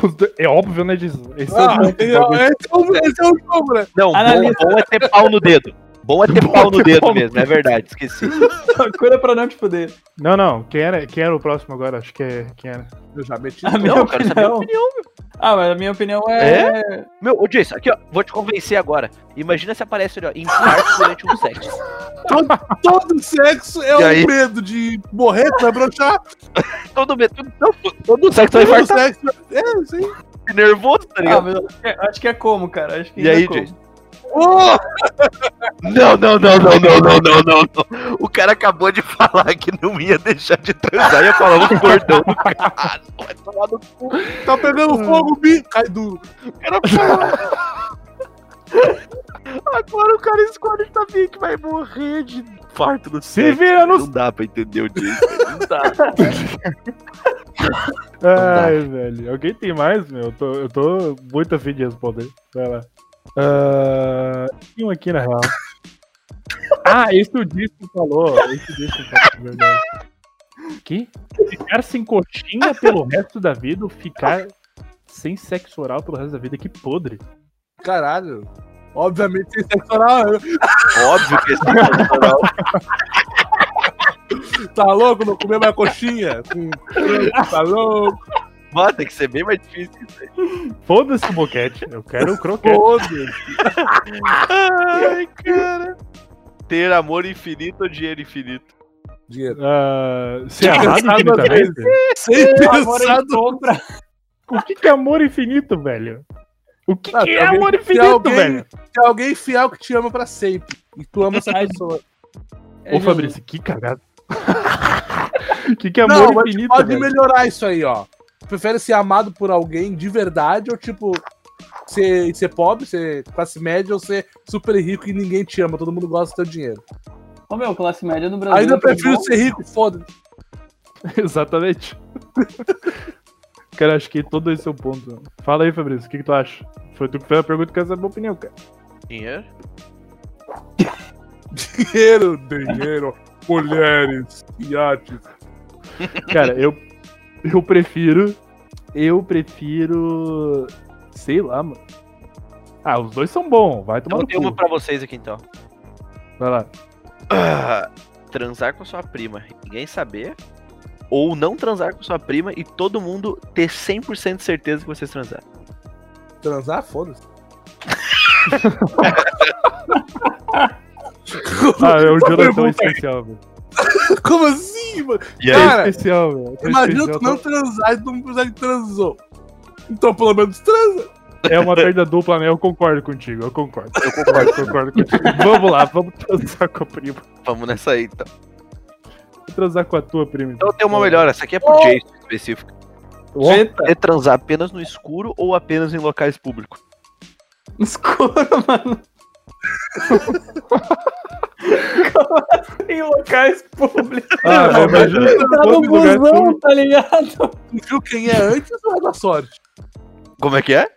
D: Os dois- É óbvio, né, Jesus? Esse é o
C: Ah,
D: ponto do
C: esse é o-
D: bagulho.
C: esse é o- esse é o jogo, né?
A: Não, bom,
B: Analisa.
A: bom é ter pau no dedo. Bom é ter
D: Bom é
A: pau no
D: ter
A: dedo
D: pau no
A: mesmo, é verdade, esqueci.
B: Cura é pra não te fuder.
D: Não, não, quem era, quem era o próximo agora? Acho que é. Quem era?
C: Eu já meti.
B: A minha
A: Não, eu quero saber a
B: opinião.
A: opinião.
B: Ah, mas a minha opinião é.
A: Meu, ô Jason, aqui ó, vou te convencer agora. Imagina se aparece ali ó, infarto durante um sexo.
C: Todo sexo é
A: E
C: o
A: aí?
C: medo de morrer, tu vai brochar.
A: Todo, medo- todo, não, todo sexo vai
C: Todo
A: infartar,
C: sexo é, sim.
A: nervoso, tá
B: Ah,
A: ligado?
B: mas eu acho que é- acho que é como, cara. Acho que
A: E
B: é
A: aí,
B: como.
A: Jason? Não, não, não, não, não, não, não, não, não. O cara acabou de falar que não ia deixar de transar, ia falar o cordão do caralho. Vai tomar no cu,
C: Tá pegando fogo, bi. Cai duro.
A: o cara falou. Agora o cara escolhe saber que vai morrer de infarto no
D: Se
A: sexo.
D: vira nos.
A: Não dá pra entender o Jason, não dá.
D: Então
A: dá.
D: Ai, velho. Alguém tem mais, meu? Eu tô, eu tô muito afim de responder. Vai lá. Ah, Tem um aqui, na real. Ah, esse o Disco falou. Esse o Disco falou, é verdade. Que? Ficar sem coxinha pelo resto da vida ou ficar sem sexo oral pelo resto da vida? Que podre.
C: Caralho. Obviamente sem sexo oral. eu-
A: Óbvio que esse profissional.
C: Tá louco? Não comer mais coxinha? Hum, Tá louco?
A: Bah, tem que ser bem mais difícil. que isso aí.
D: Foda-se o boquete. Eu quero o croquete.
A: Foda-se. Ai, cara. Ter amor infinito ou dinheiro infinito?
C: Dinheiro.
D: Ah, ser amado infinitamente?
C: Sem
B: Agora
C: pensar
B: em compra.
D: O que, que é amor infinito, velho? O que,
C: Ah,
D: que
C: se
D: é
C: alguém-
D: amor
C: se
D: infinito,
C: alguém-
D: velho?
C: Tem alguém fiel que te ama pra sempre. E tu ama essa pessoa.
B: É
D: Ô,
B: Jesus.
D: Fabrício, que cagada. O que, que é
C: Não,
D: amor
C: mas tu
D: infinito?
C: pode
D: velho?
C: melhorar isso aí, ó. Tu Prefere ser amado por alguém de verdade ou, tipo, ser, ser pobre, ser classe média ou ser super rico e ninguém te ama, todo mundo gosta do teu dinheiro.
B: Ô, meu, classe média do
D: Tá
B: Brasil.
C: Ainda
B: é
C: prefiro
B: bom.
C: ser rico, foda-se.
D: Exatamente. cara, acho que todo esse é o ponto. Fala aí, Fabrício, o que, que tu acha? Foi tu que fez a pergunta que essa é a minha opinião, cara.
A: Dinheiro?
C: Dinheiro, dinheiro, mulheres, iates.
D: Cara, eu, eu prefiro. Eu prefiro. Sei lá, mano. Ah, os dois são bons. Vai tomar
A: Então
D: no
A: tem uma
D: cu.
A: pra vocês aqui então.
D: Vai lá.
A: Ah, transar com sua prima e ninguém saber, ou não transar com sua prima e todo mundo ter 100% de certeza que vocês transaram.
C: Transar, foda-se.
D: Ah, é o
C: Uma
D: Jonathan é
C: pergunta.
D: especial, velho.
C: Como assim, mano?
A: E
C: aí?
D: É
C: Cara,
D: especial, velho. É
C: Imagina
D: especial,
C: tu não
D: tá?
C: transar e tu não precisar que transou. Então, pelo menos, transa.
D: É uma perda dupla, né? Eu concordo contigo, eu concordo. Eu concordo, concordo contigo. Vamos lá, vamos transar com a prima.
A: Vamos nessa aí então.
D: Vou transar com a tua prima.
A: Então tem uma melhor, essa aqui é pro Jason específico.
B: Eita,
A: É transar apenas no escuro ou apenas em locais públicos?
B: escuro, mano. Como assim, em locais públicos?
D: Ah, mas imagina assim. se
B: tá
D: fosse
B: no
D: em lugar
B: busão,
D: público.
B: tá ligado?
C: Tu viu quem é antes ou é da sorte?
A: Como é que é?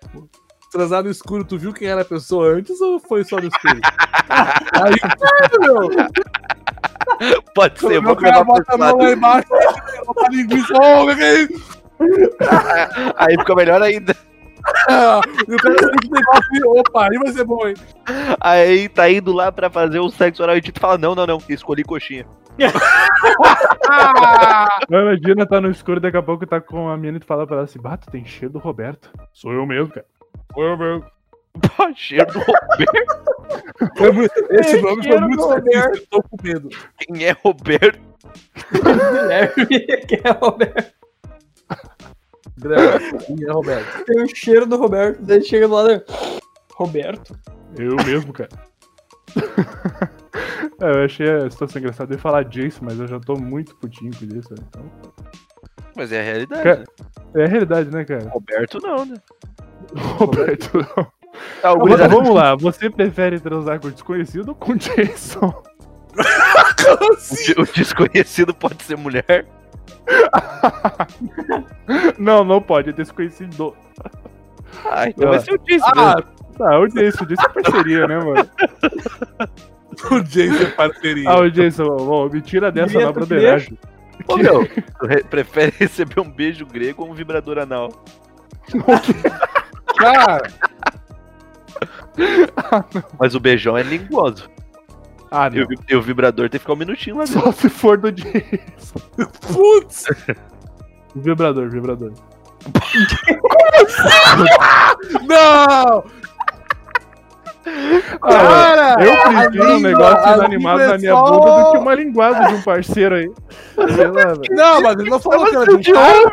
C: Transar no escuro, tu viu quem era a pessoa antes ou foi só no escuro? Aí, cara, meu.
A: Pode ser,
C: Meu
A: vou
C: cara
A: levar pra
C: bota a
A: esse
C: mão
A: lado.
C: lá embaixo, bota a linguiça, ó, o que é isso?
A: Aí fica melhor ainda.
C: E o cara sente o negócio e, opa, aí vai ser bom, hein?
A: Aí tá indo lá pra fazer o sexo oral e tu fala: não, não, não, escolhi coxinha.
D: Imagina tá no escuro, daqui a pouco tá com a menina e tu fala pra ela assim, Bato, tem cheiro do Roberto. Sou eu mesmo, cara. Sou eu mesmo.
A: Pá, cheiro do Roberto.
C: Foi muito- Esse nome foi
B: Cheiro
C: muito
B: do
C: sexista, eu tô com medo.
A: Quem é Roberto?
B: Guilherme, que é o Roberto.
C: Grava, quem é Roberto?
B: Tem o cheiro do Roberto, daí chega do lado. Roberto?
D: Eu mesmo, cara. É, eu achei a situação engraçada de falar disso, mas eu já tô muito putinho com isso. né? Então,
A: Mas é a realidade.
D: Cara-
A: né?
D: é a realidade, né, cara?
A: Roberto não, né?
D: Roberto, não.
A: Tá, o
D: Mas
A: gurizada-
D: vamos lá, você prefere transar com desconhecido ou com Jason?
A: O de- O desconhecido pode ser mulher?
D: Não, não pode, é desconhecido.
A: Ah, então
D: Ah.
A: vai ser o Jason
C: Ah,
A: mesmo.
D: Ah, o Jason, o Jason é parceria, né, mano?
C: o Jason é parceria.
D: Ah, o Jason, ó, me tira dessa
B: Grito,
D: na broderagem.
A: Ô, meu, tu re- prefere receber um beijo grego ou um vibrador anal?
C: Cara,
A: Mas o beijão é linguoso.
D: Ah,
A: E
D: não.
A: o, vi- e o vibrador tem que ficar um minutinho lá dentro.
D: Só se for do Jason.
C: putz,
D: Vibrador, vibrador.
C: não! Cara!
D: eu prefiro
C: língua-
D: um negócio
C: a
D: inanimado
C: língua
D: na
C: é
D: minha
C: só-
D: bunda do que uma linguada de um parceiro aí. Sei lá, velho.
C: Não, mas ele não falou que era
A: Mas
C: de
A: de
C: cara.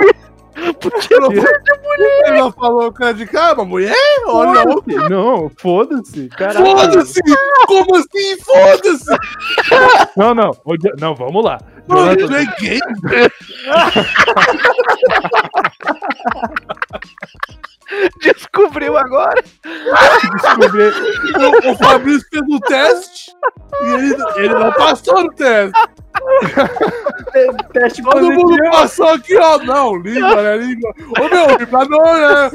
A: Podia
C: não falou- Ele não falou que era de cara, uma mulher? Olha,
D: Foda-se, Não, foda-se. Caralho.
C: foda-se! Como assim, foda-se?
D: Não, não. ô, Ja- Não, vamos lá.
C: Mano,
D: Jonathan,
C: tu é gay?
A: descobriu agora.
D: descobri-
C: O, o Fabrício fez o teste e ele, ele não passou no teste.
B: Teste
C: Ah, Todo
B: positivo.
C: mundo passou aqui, ó. Não, língua, né? Língua. Ô meu, vibrador, né?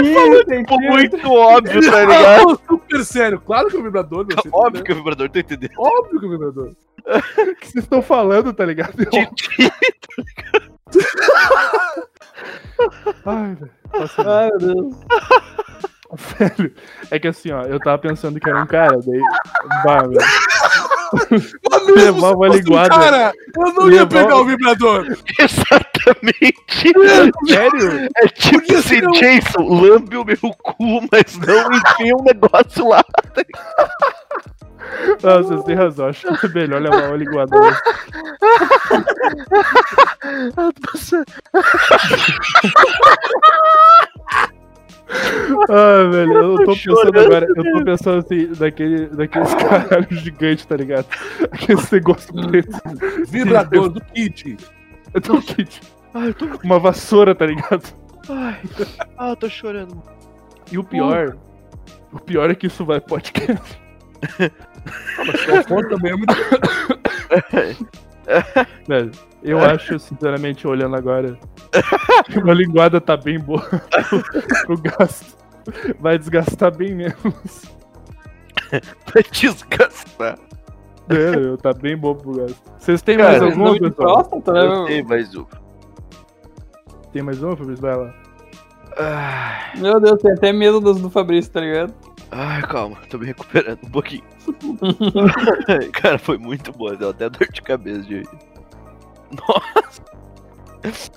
B: Muito.
A: Tipo, Muito óbvio, tá ligado?
C: Não, Ah, super sério. Claro que é o vibrador, meu. você
A: Óbvio que o vibrador, tá tu entendeu?
C: entendeu? Óbvio que é o vibrador.
D: O que vocês estão falando, tá ligado? Ai, velho. Tá Nossa,
B: Ai, meu Deus.
D: assim, velho. É que assim, ó, eu tava pensando que era um cara, daí. Bah, velho.
C: Mano,
D: Levar uma linguada.
C: um Cara, eu não ia
D: Levar-
C: pegar o vibrador.
A: Exatamente.
D: Sério?
A: É tipo assim, Jason, lambe o meu cu, mas não enfia um negócio lá.
D: Ah, vocês têm razão. Acho que é melhor levar uma linguadora. Ah, velho, eu tô pensando
A: chorando,
D: agora, eu tô pensando assim, daquele, daqueles caralho gigante, tá ligado? Aqueles negócio preto.
C: Vibrador do kit.
D: Eu tô kit. Uma vassoura, tá ligado?
A: Ai, ah, eu tô chorando.
D: E o pior, o pior é que isso vai podcast.
C: Sua fonte também é muito.
D: Velho, eu acho, sinceramente, olhando agora, que uma linguada tá bem boa. o gasto vai desgastar bem menos.
A: Pra desgastar.
D: É, meu, tá bem bom pro gasto. Vocês têm
A: Cara,
D: mais alguma,
B: Não de
D: pessoal?
B: próstata, né,
A: Eu
B: meu?
A: sei, mas o.
D: Tem mais uma, Fabrício? Vai lá.
A: Ah,
B: Meu Deus, tem até medo dos do Fabrício, tá ligado?
A: Ai, calma, tô me recuperando um pouquinho. Cara, foi muito boa, deu até dor de cabeça de. Nossa!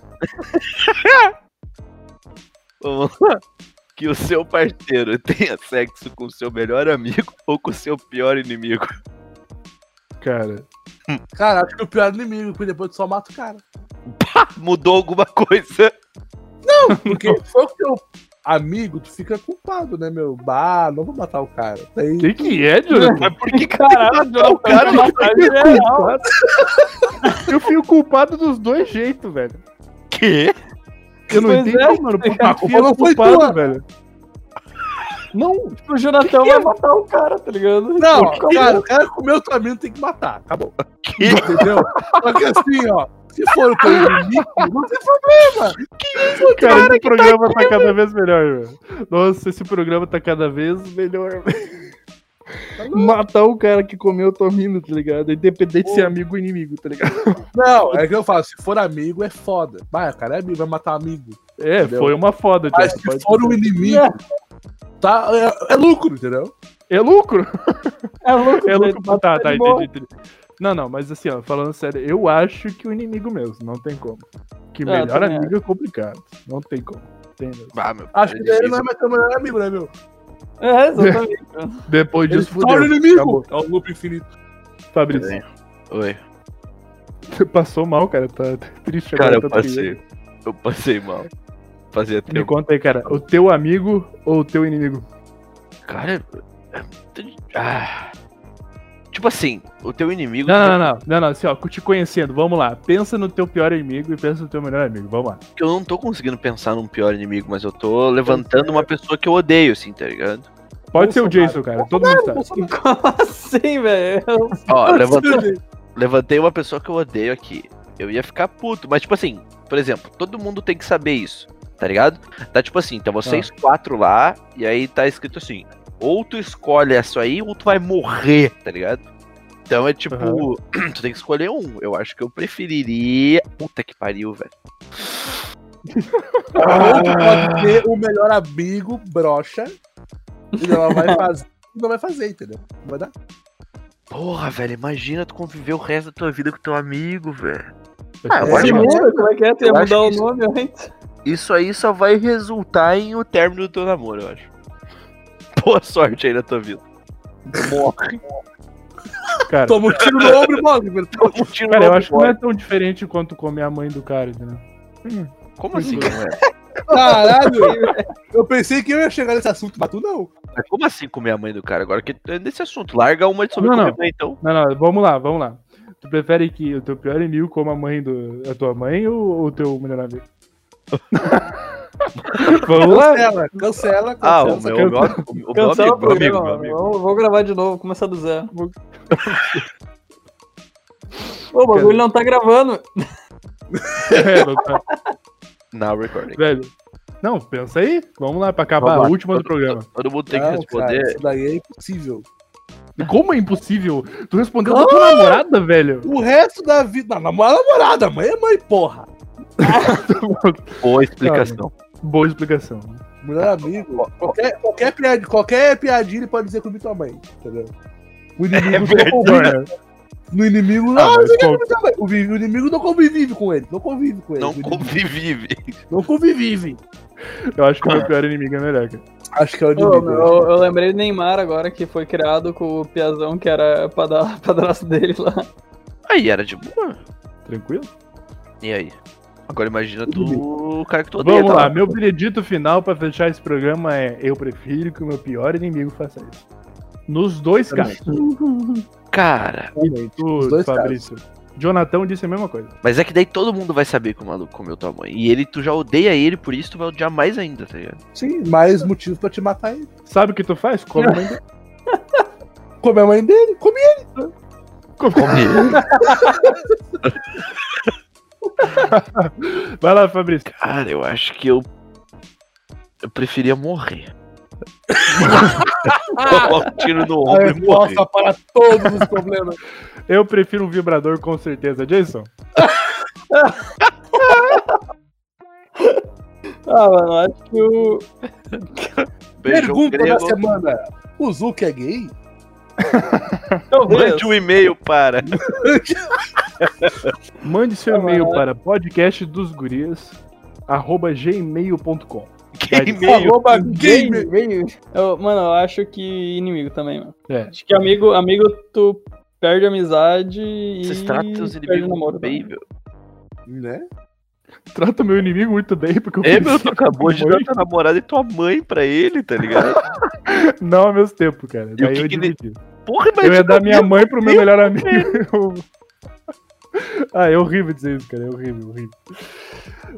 A: Vamos lá. Que o seu parceiro tenha sexo com o seu melhor amigo ou com o seu pior inimigo.
D: Cara,
C: Cara, acho que é o pior inimigo, porque depois tu só mata o cara.
A: Mudou alguma coisa?
C: Porque se for o teu amigo, tu fica culpado, né, meu? Bah, não vou matar o cara. Daí,
D: que que é, Jonathan?
A: Mas por que
B: Caralho,
A: o cara?
B: Jonathan, mas é real.
D: Eu fico culpado dos dois jeitos, velho.
A: que?
D: Eu não
B: Pois
D: entendo,
B: é,
D: mano. Por que
C: a
D: tu
C: culpa
D: fica
C: não foi
D: culpado,
C: tua.
D: velho? Não,
B: Tipo, O Jonathan vai matar o cara, tá ligado?
C: Não, cara, o cara comeu o teu amigo, tem que matar. Acabou.
A: Que?
C: Entendeu? Só que assim, ó. Se for o teu inimigo, não tem problema.
D: cara, esse programa tá, cada vez melhor, velho. Nossa, esse programa tá cada vez melhor, velho. Tá Matar o cara que comeu, eu tô rindo, tá ligado? Independente de ser amigo ou inimigo, tá ligado?
C: Não, é que eu falo, se for amigo, é foda. Mas o cara é amigo, vai matar amigo.
D: É,
C: Entendeu?
D: foi uma foda,
C: Mas
D: Jonathan, pode
C: se for
D: dizer.
C: o
B: é,
C: inimigo, tá, é, é lucro, entendeu?
D: É lucro!
B: É louco,
D: É
B: velho,
D: louco, tá, tá,
B: ele
D: entendi,
B: morre.
D: entendi. Não, não, mas assim, ó, falando sério, eu acho que o inimigo mesmo, não tem como. Que
B: É,
D: melhor
B: também
D: amigo é complicado, não tem como. Tem mesmo.
A: Ah, meu,
C: Acho que daí ele
A: difícil.
C: não é mais teu melhor amigo, né, meu?
B: É, exatamente. cara.
D: Depois
C: Ele
D: disso,
C: se torna
D: fudeu.
C: inimigo. É o loop infinito.
D: Fabrício,
A: Oi.
D: você passou mal, cara, tá tá triste
A: Cara, eu
D: tanto que-
A: passei. Eu passei mal. Fazia
D: Me
A: tempo.
D: conta aí, cara, o teu amigo ou o teu inimigo?
A: Cara, é muito- ah. tipo assim, o teu inimigo. tipo,
D: Não, não, não, não, não, não, assim, ó, te conhecendo, vamos lá. Pensa no teu pior inimigo e pensa no teu melhor amigo, vamos lá.
A: Eu não tô conseguindo pensar num pior inimigo, mas eu tô levantando uma pessoa que eu odeio, assim, tá ligado?
D: Pode ser o
C: Bolsonaro.
D: Jason, cara, todo mundo sabe.
B: Como assim, velho?
A: Ó, levanta- levantei uma pessoa que eu odeio aqui. Eu ia ficar puto, mas tipo assim, por exemplo, todo mundo tem que saber isso, tá ligado? Tá tipo assim, então vocês quatro lá, e aí tá escrito assim: ou tu escolhe essa aí, ou tu vai morrer, tá ligado? Então é tipo,
D: Aham.
A: tu tem que escolher um. Eu acho que eu preferiria. Puta que pariu, velho.
C: Ou tu
A: Ah.
C: pode ter o melhor amigo, brocha, e ela vai fazer. Não vai fazer, entendeu? Não vai dar.
A: Porra, velho, imagina tu conviver o resto da tua vida com teu amigo, velho.
D: Ah,
A: agora
B: Esse
A: não.
B: mundo, como é que é? Tem
A: Eu
B: que
A: acho
B: mudar o
A: que isso-
B: nome antes.
A: Isso aí só vai resultar em o término do teu namoro, eu acho. Boa sorte aí na tua vida.
D: Cara,
C: Toma um tiro no ombro e morre, velho.
A: Um tiro
D: cara,
A: no
D: eu
A: ombro
D: acho que não é
A: fora.
D: tão diferente quanto comer a mãe do cara, entendeu?
A: Como assim? que não é?
D: né?
C: Caralho! Eu pensei que eu ia chegar nesse assunto, mas tu não.
A: Mas como assim comer a mãe do cara? Agora que é nesse assunto, larga uma de sobre
D: Não,
A: comer
D: não.
A: mãe, então.
D: Não, não, vamos lá, vamos lá. Tu prefere que o teu pior inimigo coma a mãe do. a tua mãe ou o teu melhor amigo? vamos lá!
C: Cancela, cancela, cancela.
A: Ah, o meu, o meu, o meu amigo,
B: Cancela o
A: meu amigo,
B: programa.
A: meu
B: mano.
A: amigo.
B: Vamos- Vou gravar de novo, começar do zero. Ô, o bagulho não tá gravando.
D: É, não tá-
A: Now recording.
D: velho. Não, pensa aí. Vamos lá pra acabar
A: Vamos
D: a
A: lá.
D: última do programa.
A: Todo mundo tem que
C: Não, cara,
A: responder.
C: isso daí é impossível.
D: Como é impossível? Tu respondeu da tua namorada, velho.
C: O resto da vida. Não, namorada, namorada, mãe é mãe, porra.
A: Boa explicação.
D: Boa explicação.
C: Melhor é amigo. Qualquer, qualquer, piad, qualquer piadinha ele pode dizer comigo tua mãe, entendeu? O inimigo
D: Melhor, né?
C: No inimigo
D: Ah,
C: não.
D: mas
C: você quer
D: qual-
C: que eu me dê bem? o, Vivi- o inimigo não convive com ele. Não convive com ele.
A: Não
C: O inimigo
A: convive.
C: não convive.
D: Eu acho que o meu pior inimigo é melhor, cara.
C: Acho que é o
B: Ô,
C: inimigo.
B: meu, eu, eu lembrei do Neymar agora, que foi criado com o Piazão, que era pada- padrasto dele lá.
A: Aí era de boa.
D: Tranquilo?
A: E aí? Agora imagina tu, o cara que tu odeia.
D: Vamos
A: tá
D: lá, meu benedito final pra fechar esse programa é: eu prefiro que o meu pior inimigo faça isso. Nos dois casos,
A: Cara,
C: Realmente.
D: tu,
C: Os dois
D: Fabrício. Jonathan disse a mesma coisa.
A: mas é que daí todo mundo vai saber que o maluco comeu tua mãe. E ele, tu já odeia ele, por isso tu vai odiar mais ainda, tá ligado?
C: Sim, mais motivo pra te matar ele.
D: Sabe o que tu faz? Come a mãe dele.
C: Come a mãe dele, come ele.
D: Vai lá, Fabrício.
A: Cara, eu acho que eu. Eu preferia morrer. Coloca um tiro no
C: A
A: ombro e morrer.
C: resposta para todos os problemas.
D: Eu prefiro um vibrador com certeza, Jason.
B: Ah, mano, acho que o.
A: Beijão
C: Pergunta da
A: grego.
C: semana. O Zuki é gay?
A: Mande um e-mail para.
D: Mande seu
B: Ah,
D: e-mail
B: mano.
D: para podcastdosgurias@gmail.com.
A: Que
D: Vai de
A: e-mail?
C: Arroba gamer.
B: Game, game. Eu- mano, eu acho que inimigo também, mano.
D: É.
B: Acho que amigo, amigo tu perde a amizade e.
A: Vocês tratam seus
B: perde
A: inimigos
B: o namoro tá?
A: muito bem,
B: também.
A: meu.
C: Né?
D: Trata meu inimigo muito bem, porque eu
A: É, meu, tu
D: preciso
A: acabou de
D: mãe.
A: dar tua namorada e tua mãe pra ele, tá ligado?
D: Não ao mesmo tempo, cara. Daí
A: que
D: eu
A: que ele-
D: dividi.
A: Porra, mas
D: Eu ia dar minha mãe pro tipo, meu melhor amigo. ah, é horrível dizer isso, cara. É horrível, horrível.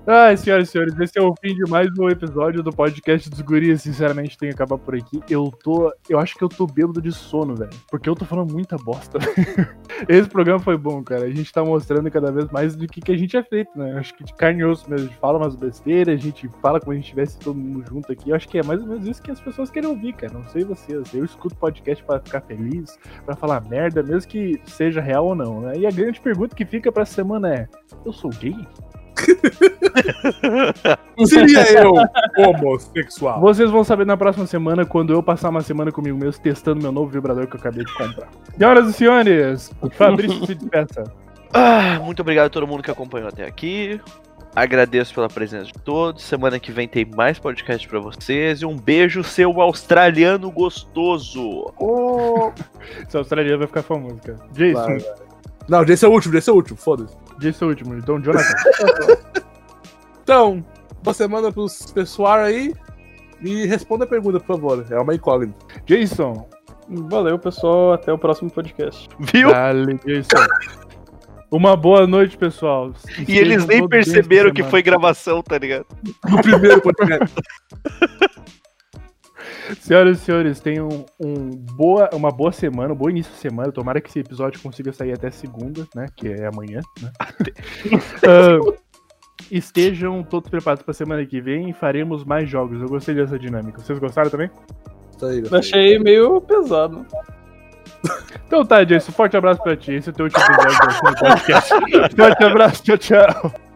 D: Ai, senhoras e senhores, esse é o fim de mais um episódio do podcast dos guris. Sinceramente, tenho que acabar por aqui. Eu tô. Eu acho que eu tô bêbado de sono, velho. Porque eu tô falando muita bosta. Esse programa foi bom, cara. A gente tá mostrando cada vez mais do que, que a gente é feito, né? Acho que de carne e osso mesmo. A gente fala umas besteiras, a gente fala como a gente estivesse todo mundo junto aqui. Eu acho que é mais ou menos isso que as pessoas querem ouvir, cara. Não sei vocês. Eu escuto podcast pra ficar feliz, pra falar merda, mesmo que seja real ou não, né? E a grande pergunta que fica pra semana é: eu sou gay?
C: Seria eu homossexual.
D: Vocês vão saber na próxima semana, quando eu passar uma semana comigo mesmo, testando meu novo vibrador que eu acabei de comprar. Senhoras e senhores, Fabrício se despeça.
A: Ah, muito obrigado a todo mundo que acompanhou até aqui. Agradeço pela presença de todos. Semana que vem tem mais podcast pra vocês. E um beijo, seu australiano gostoso.
D: Seu australiano vai ficar famoso, cara. Jason,
C: Vai, Não, esse é o último, esse é o último, foda-se.
D: Jason é o último, então Jonathan.
C: Então, você manda pros pessoal aí e responda a pergunta, por favor. É uma incógnita.
D: Jason,
B: Valeu, pessoal. Até o próximo podcast.
A: Viu?
D: dale, Jason. Uma boa noite, pessoal.
A: e eles
D: Sejam
A: nem
D: todos bem essa
A: perceberam que
D: semana.
A: foi gravação, tá ligado?
C: No primeiro podcast.
D: Senhoras e senhores, tenham um boa, uma boa semana, um bom início de semana. Tomara que esse episódio consiga sair até segunda, né? Que é amanhã, né? Ah, estejam todos preparados pra semana que vem e faremos mais jogos. Eu gostei dessa dinâmica. Vocês gostaram também?
C: Tá aí, gostei.
B: Achei meio pesado.
D: Então tá, Jason, forte abraço pra ti. Esse é o teu último episódio do podcast. Forte abraço, tchau, tchau.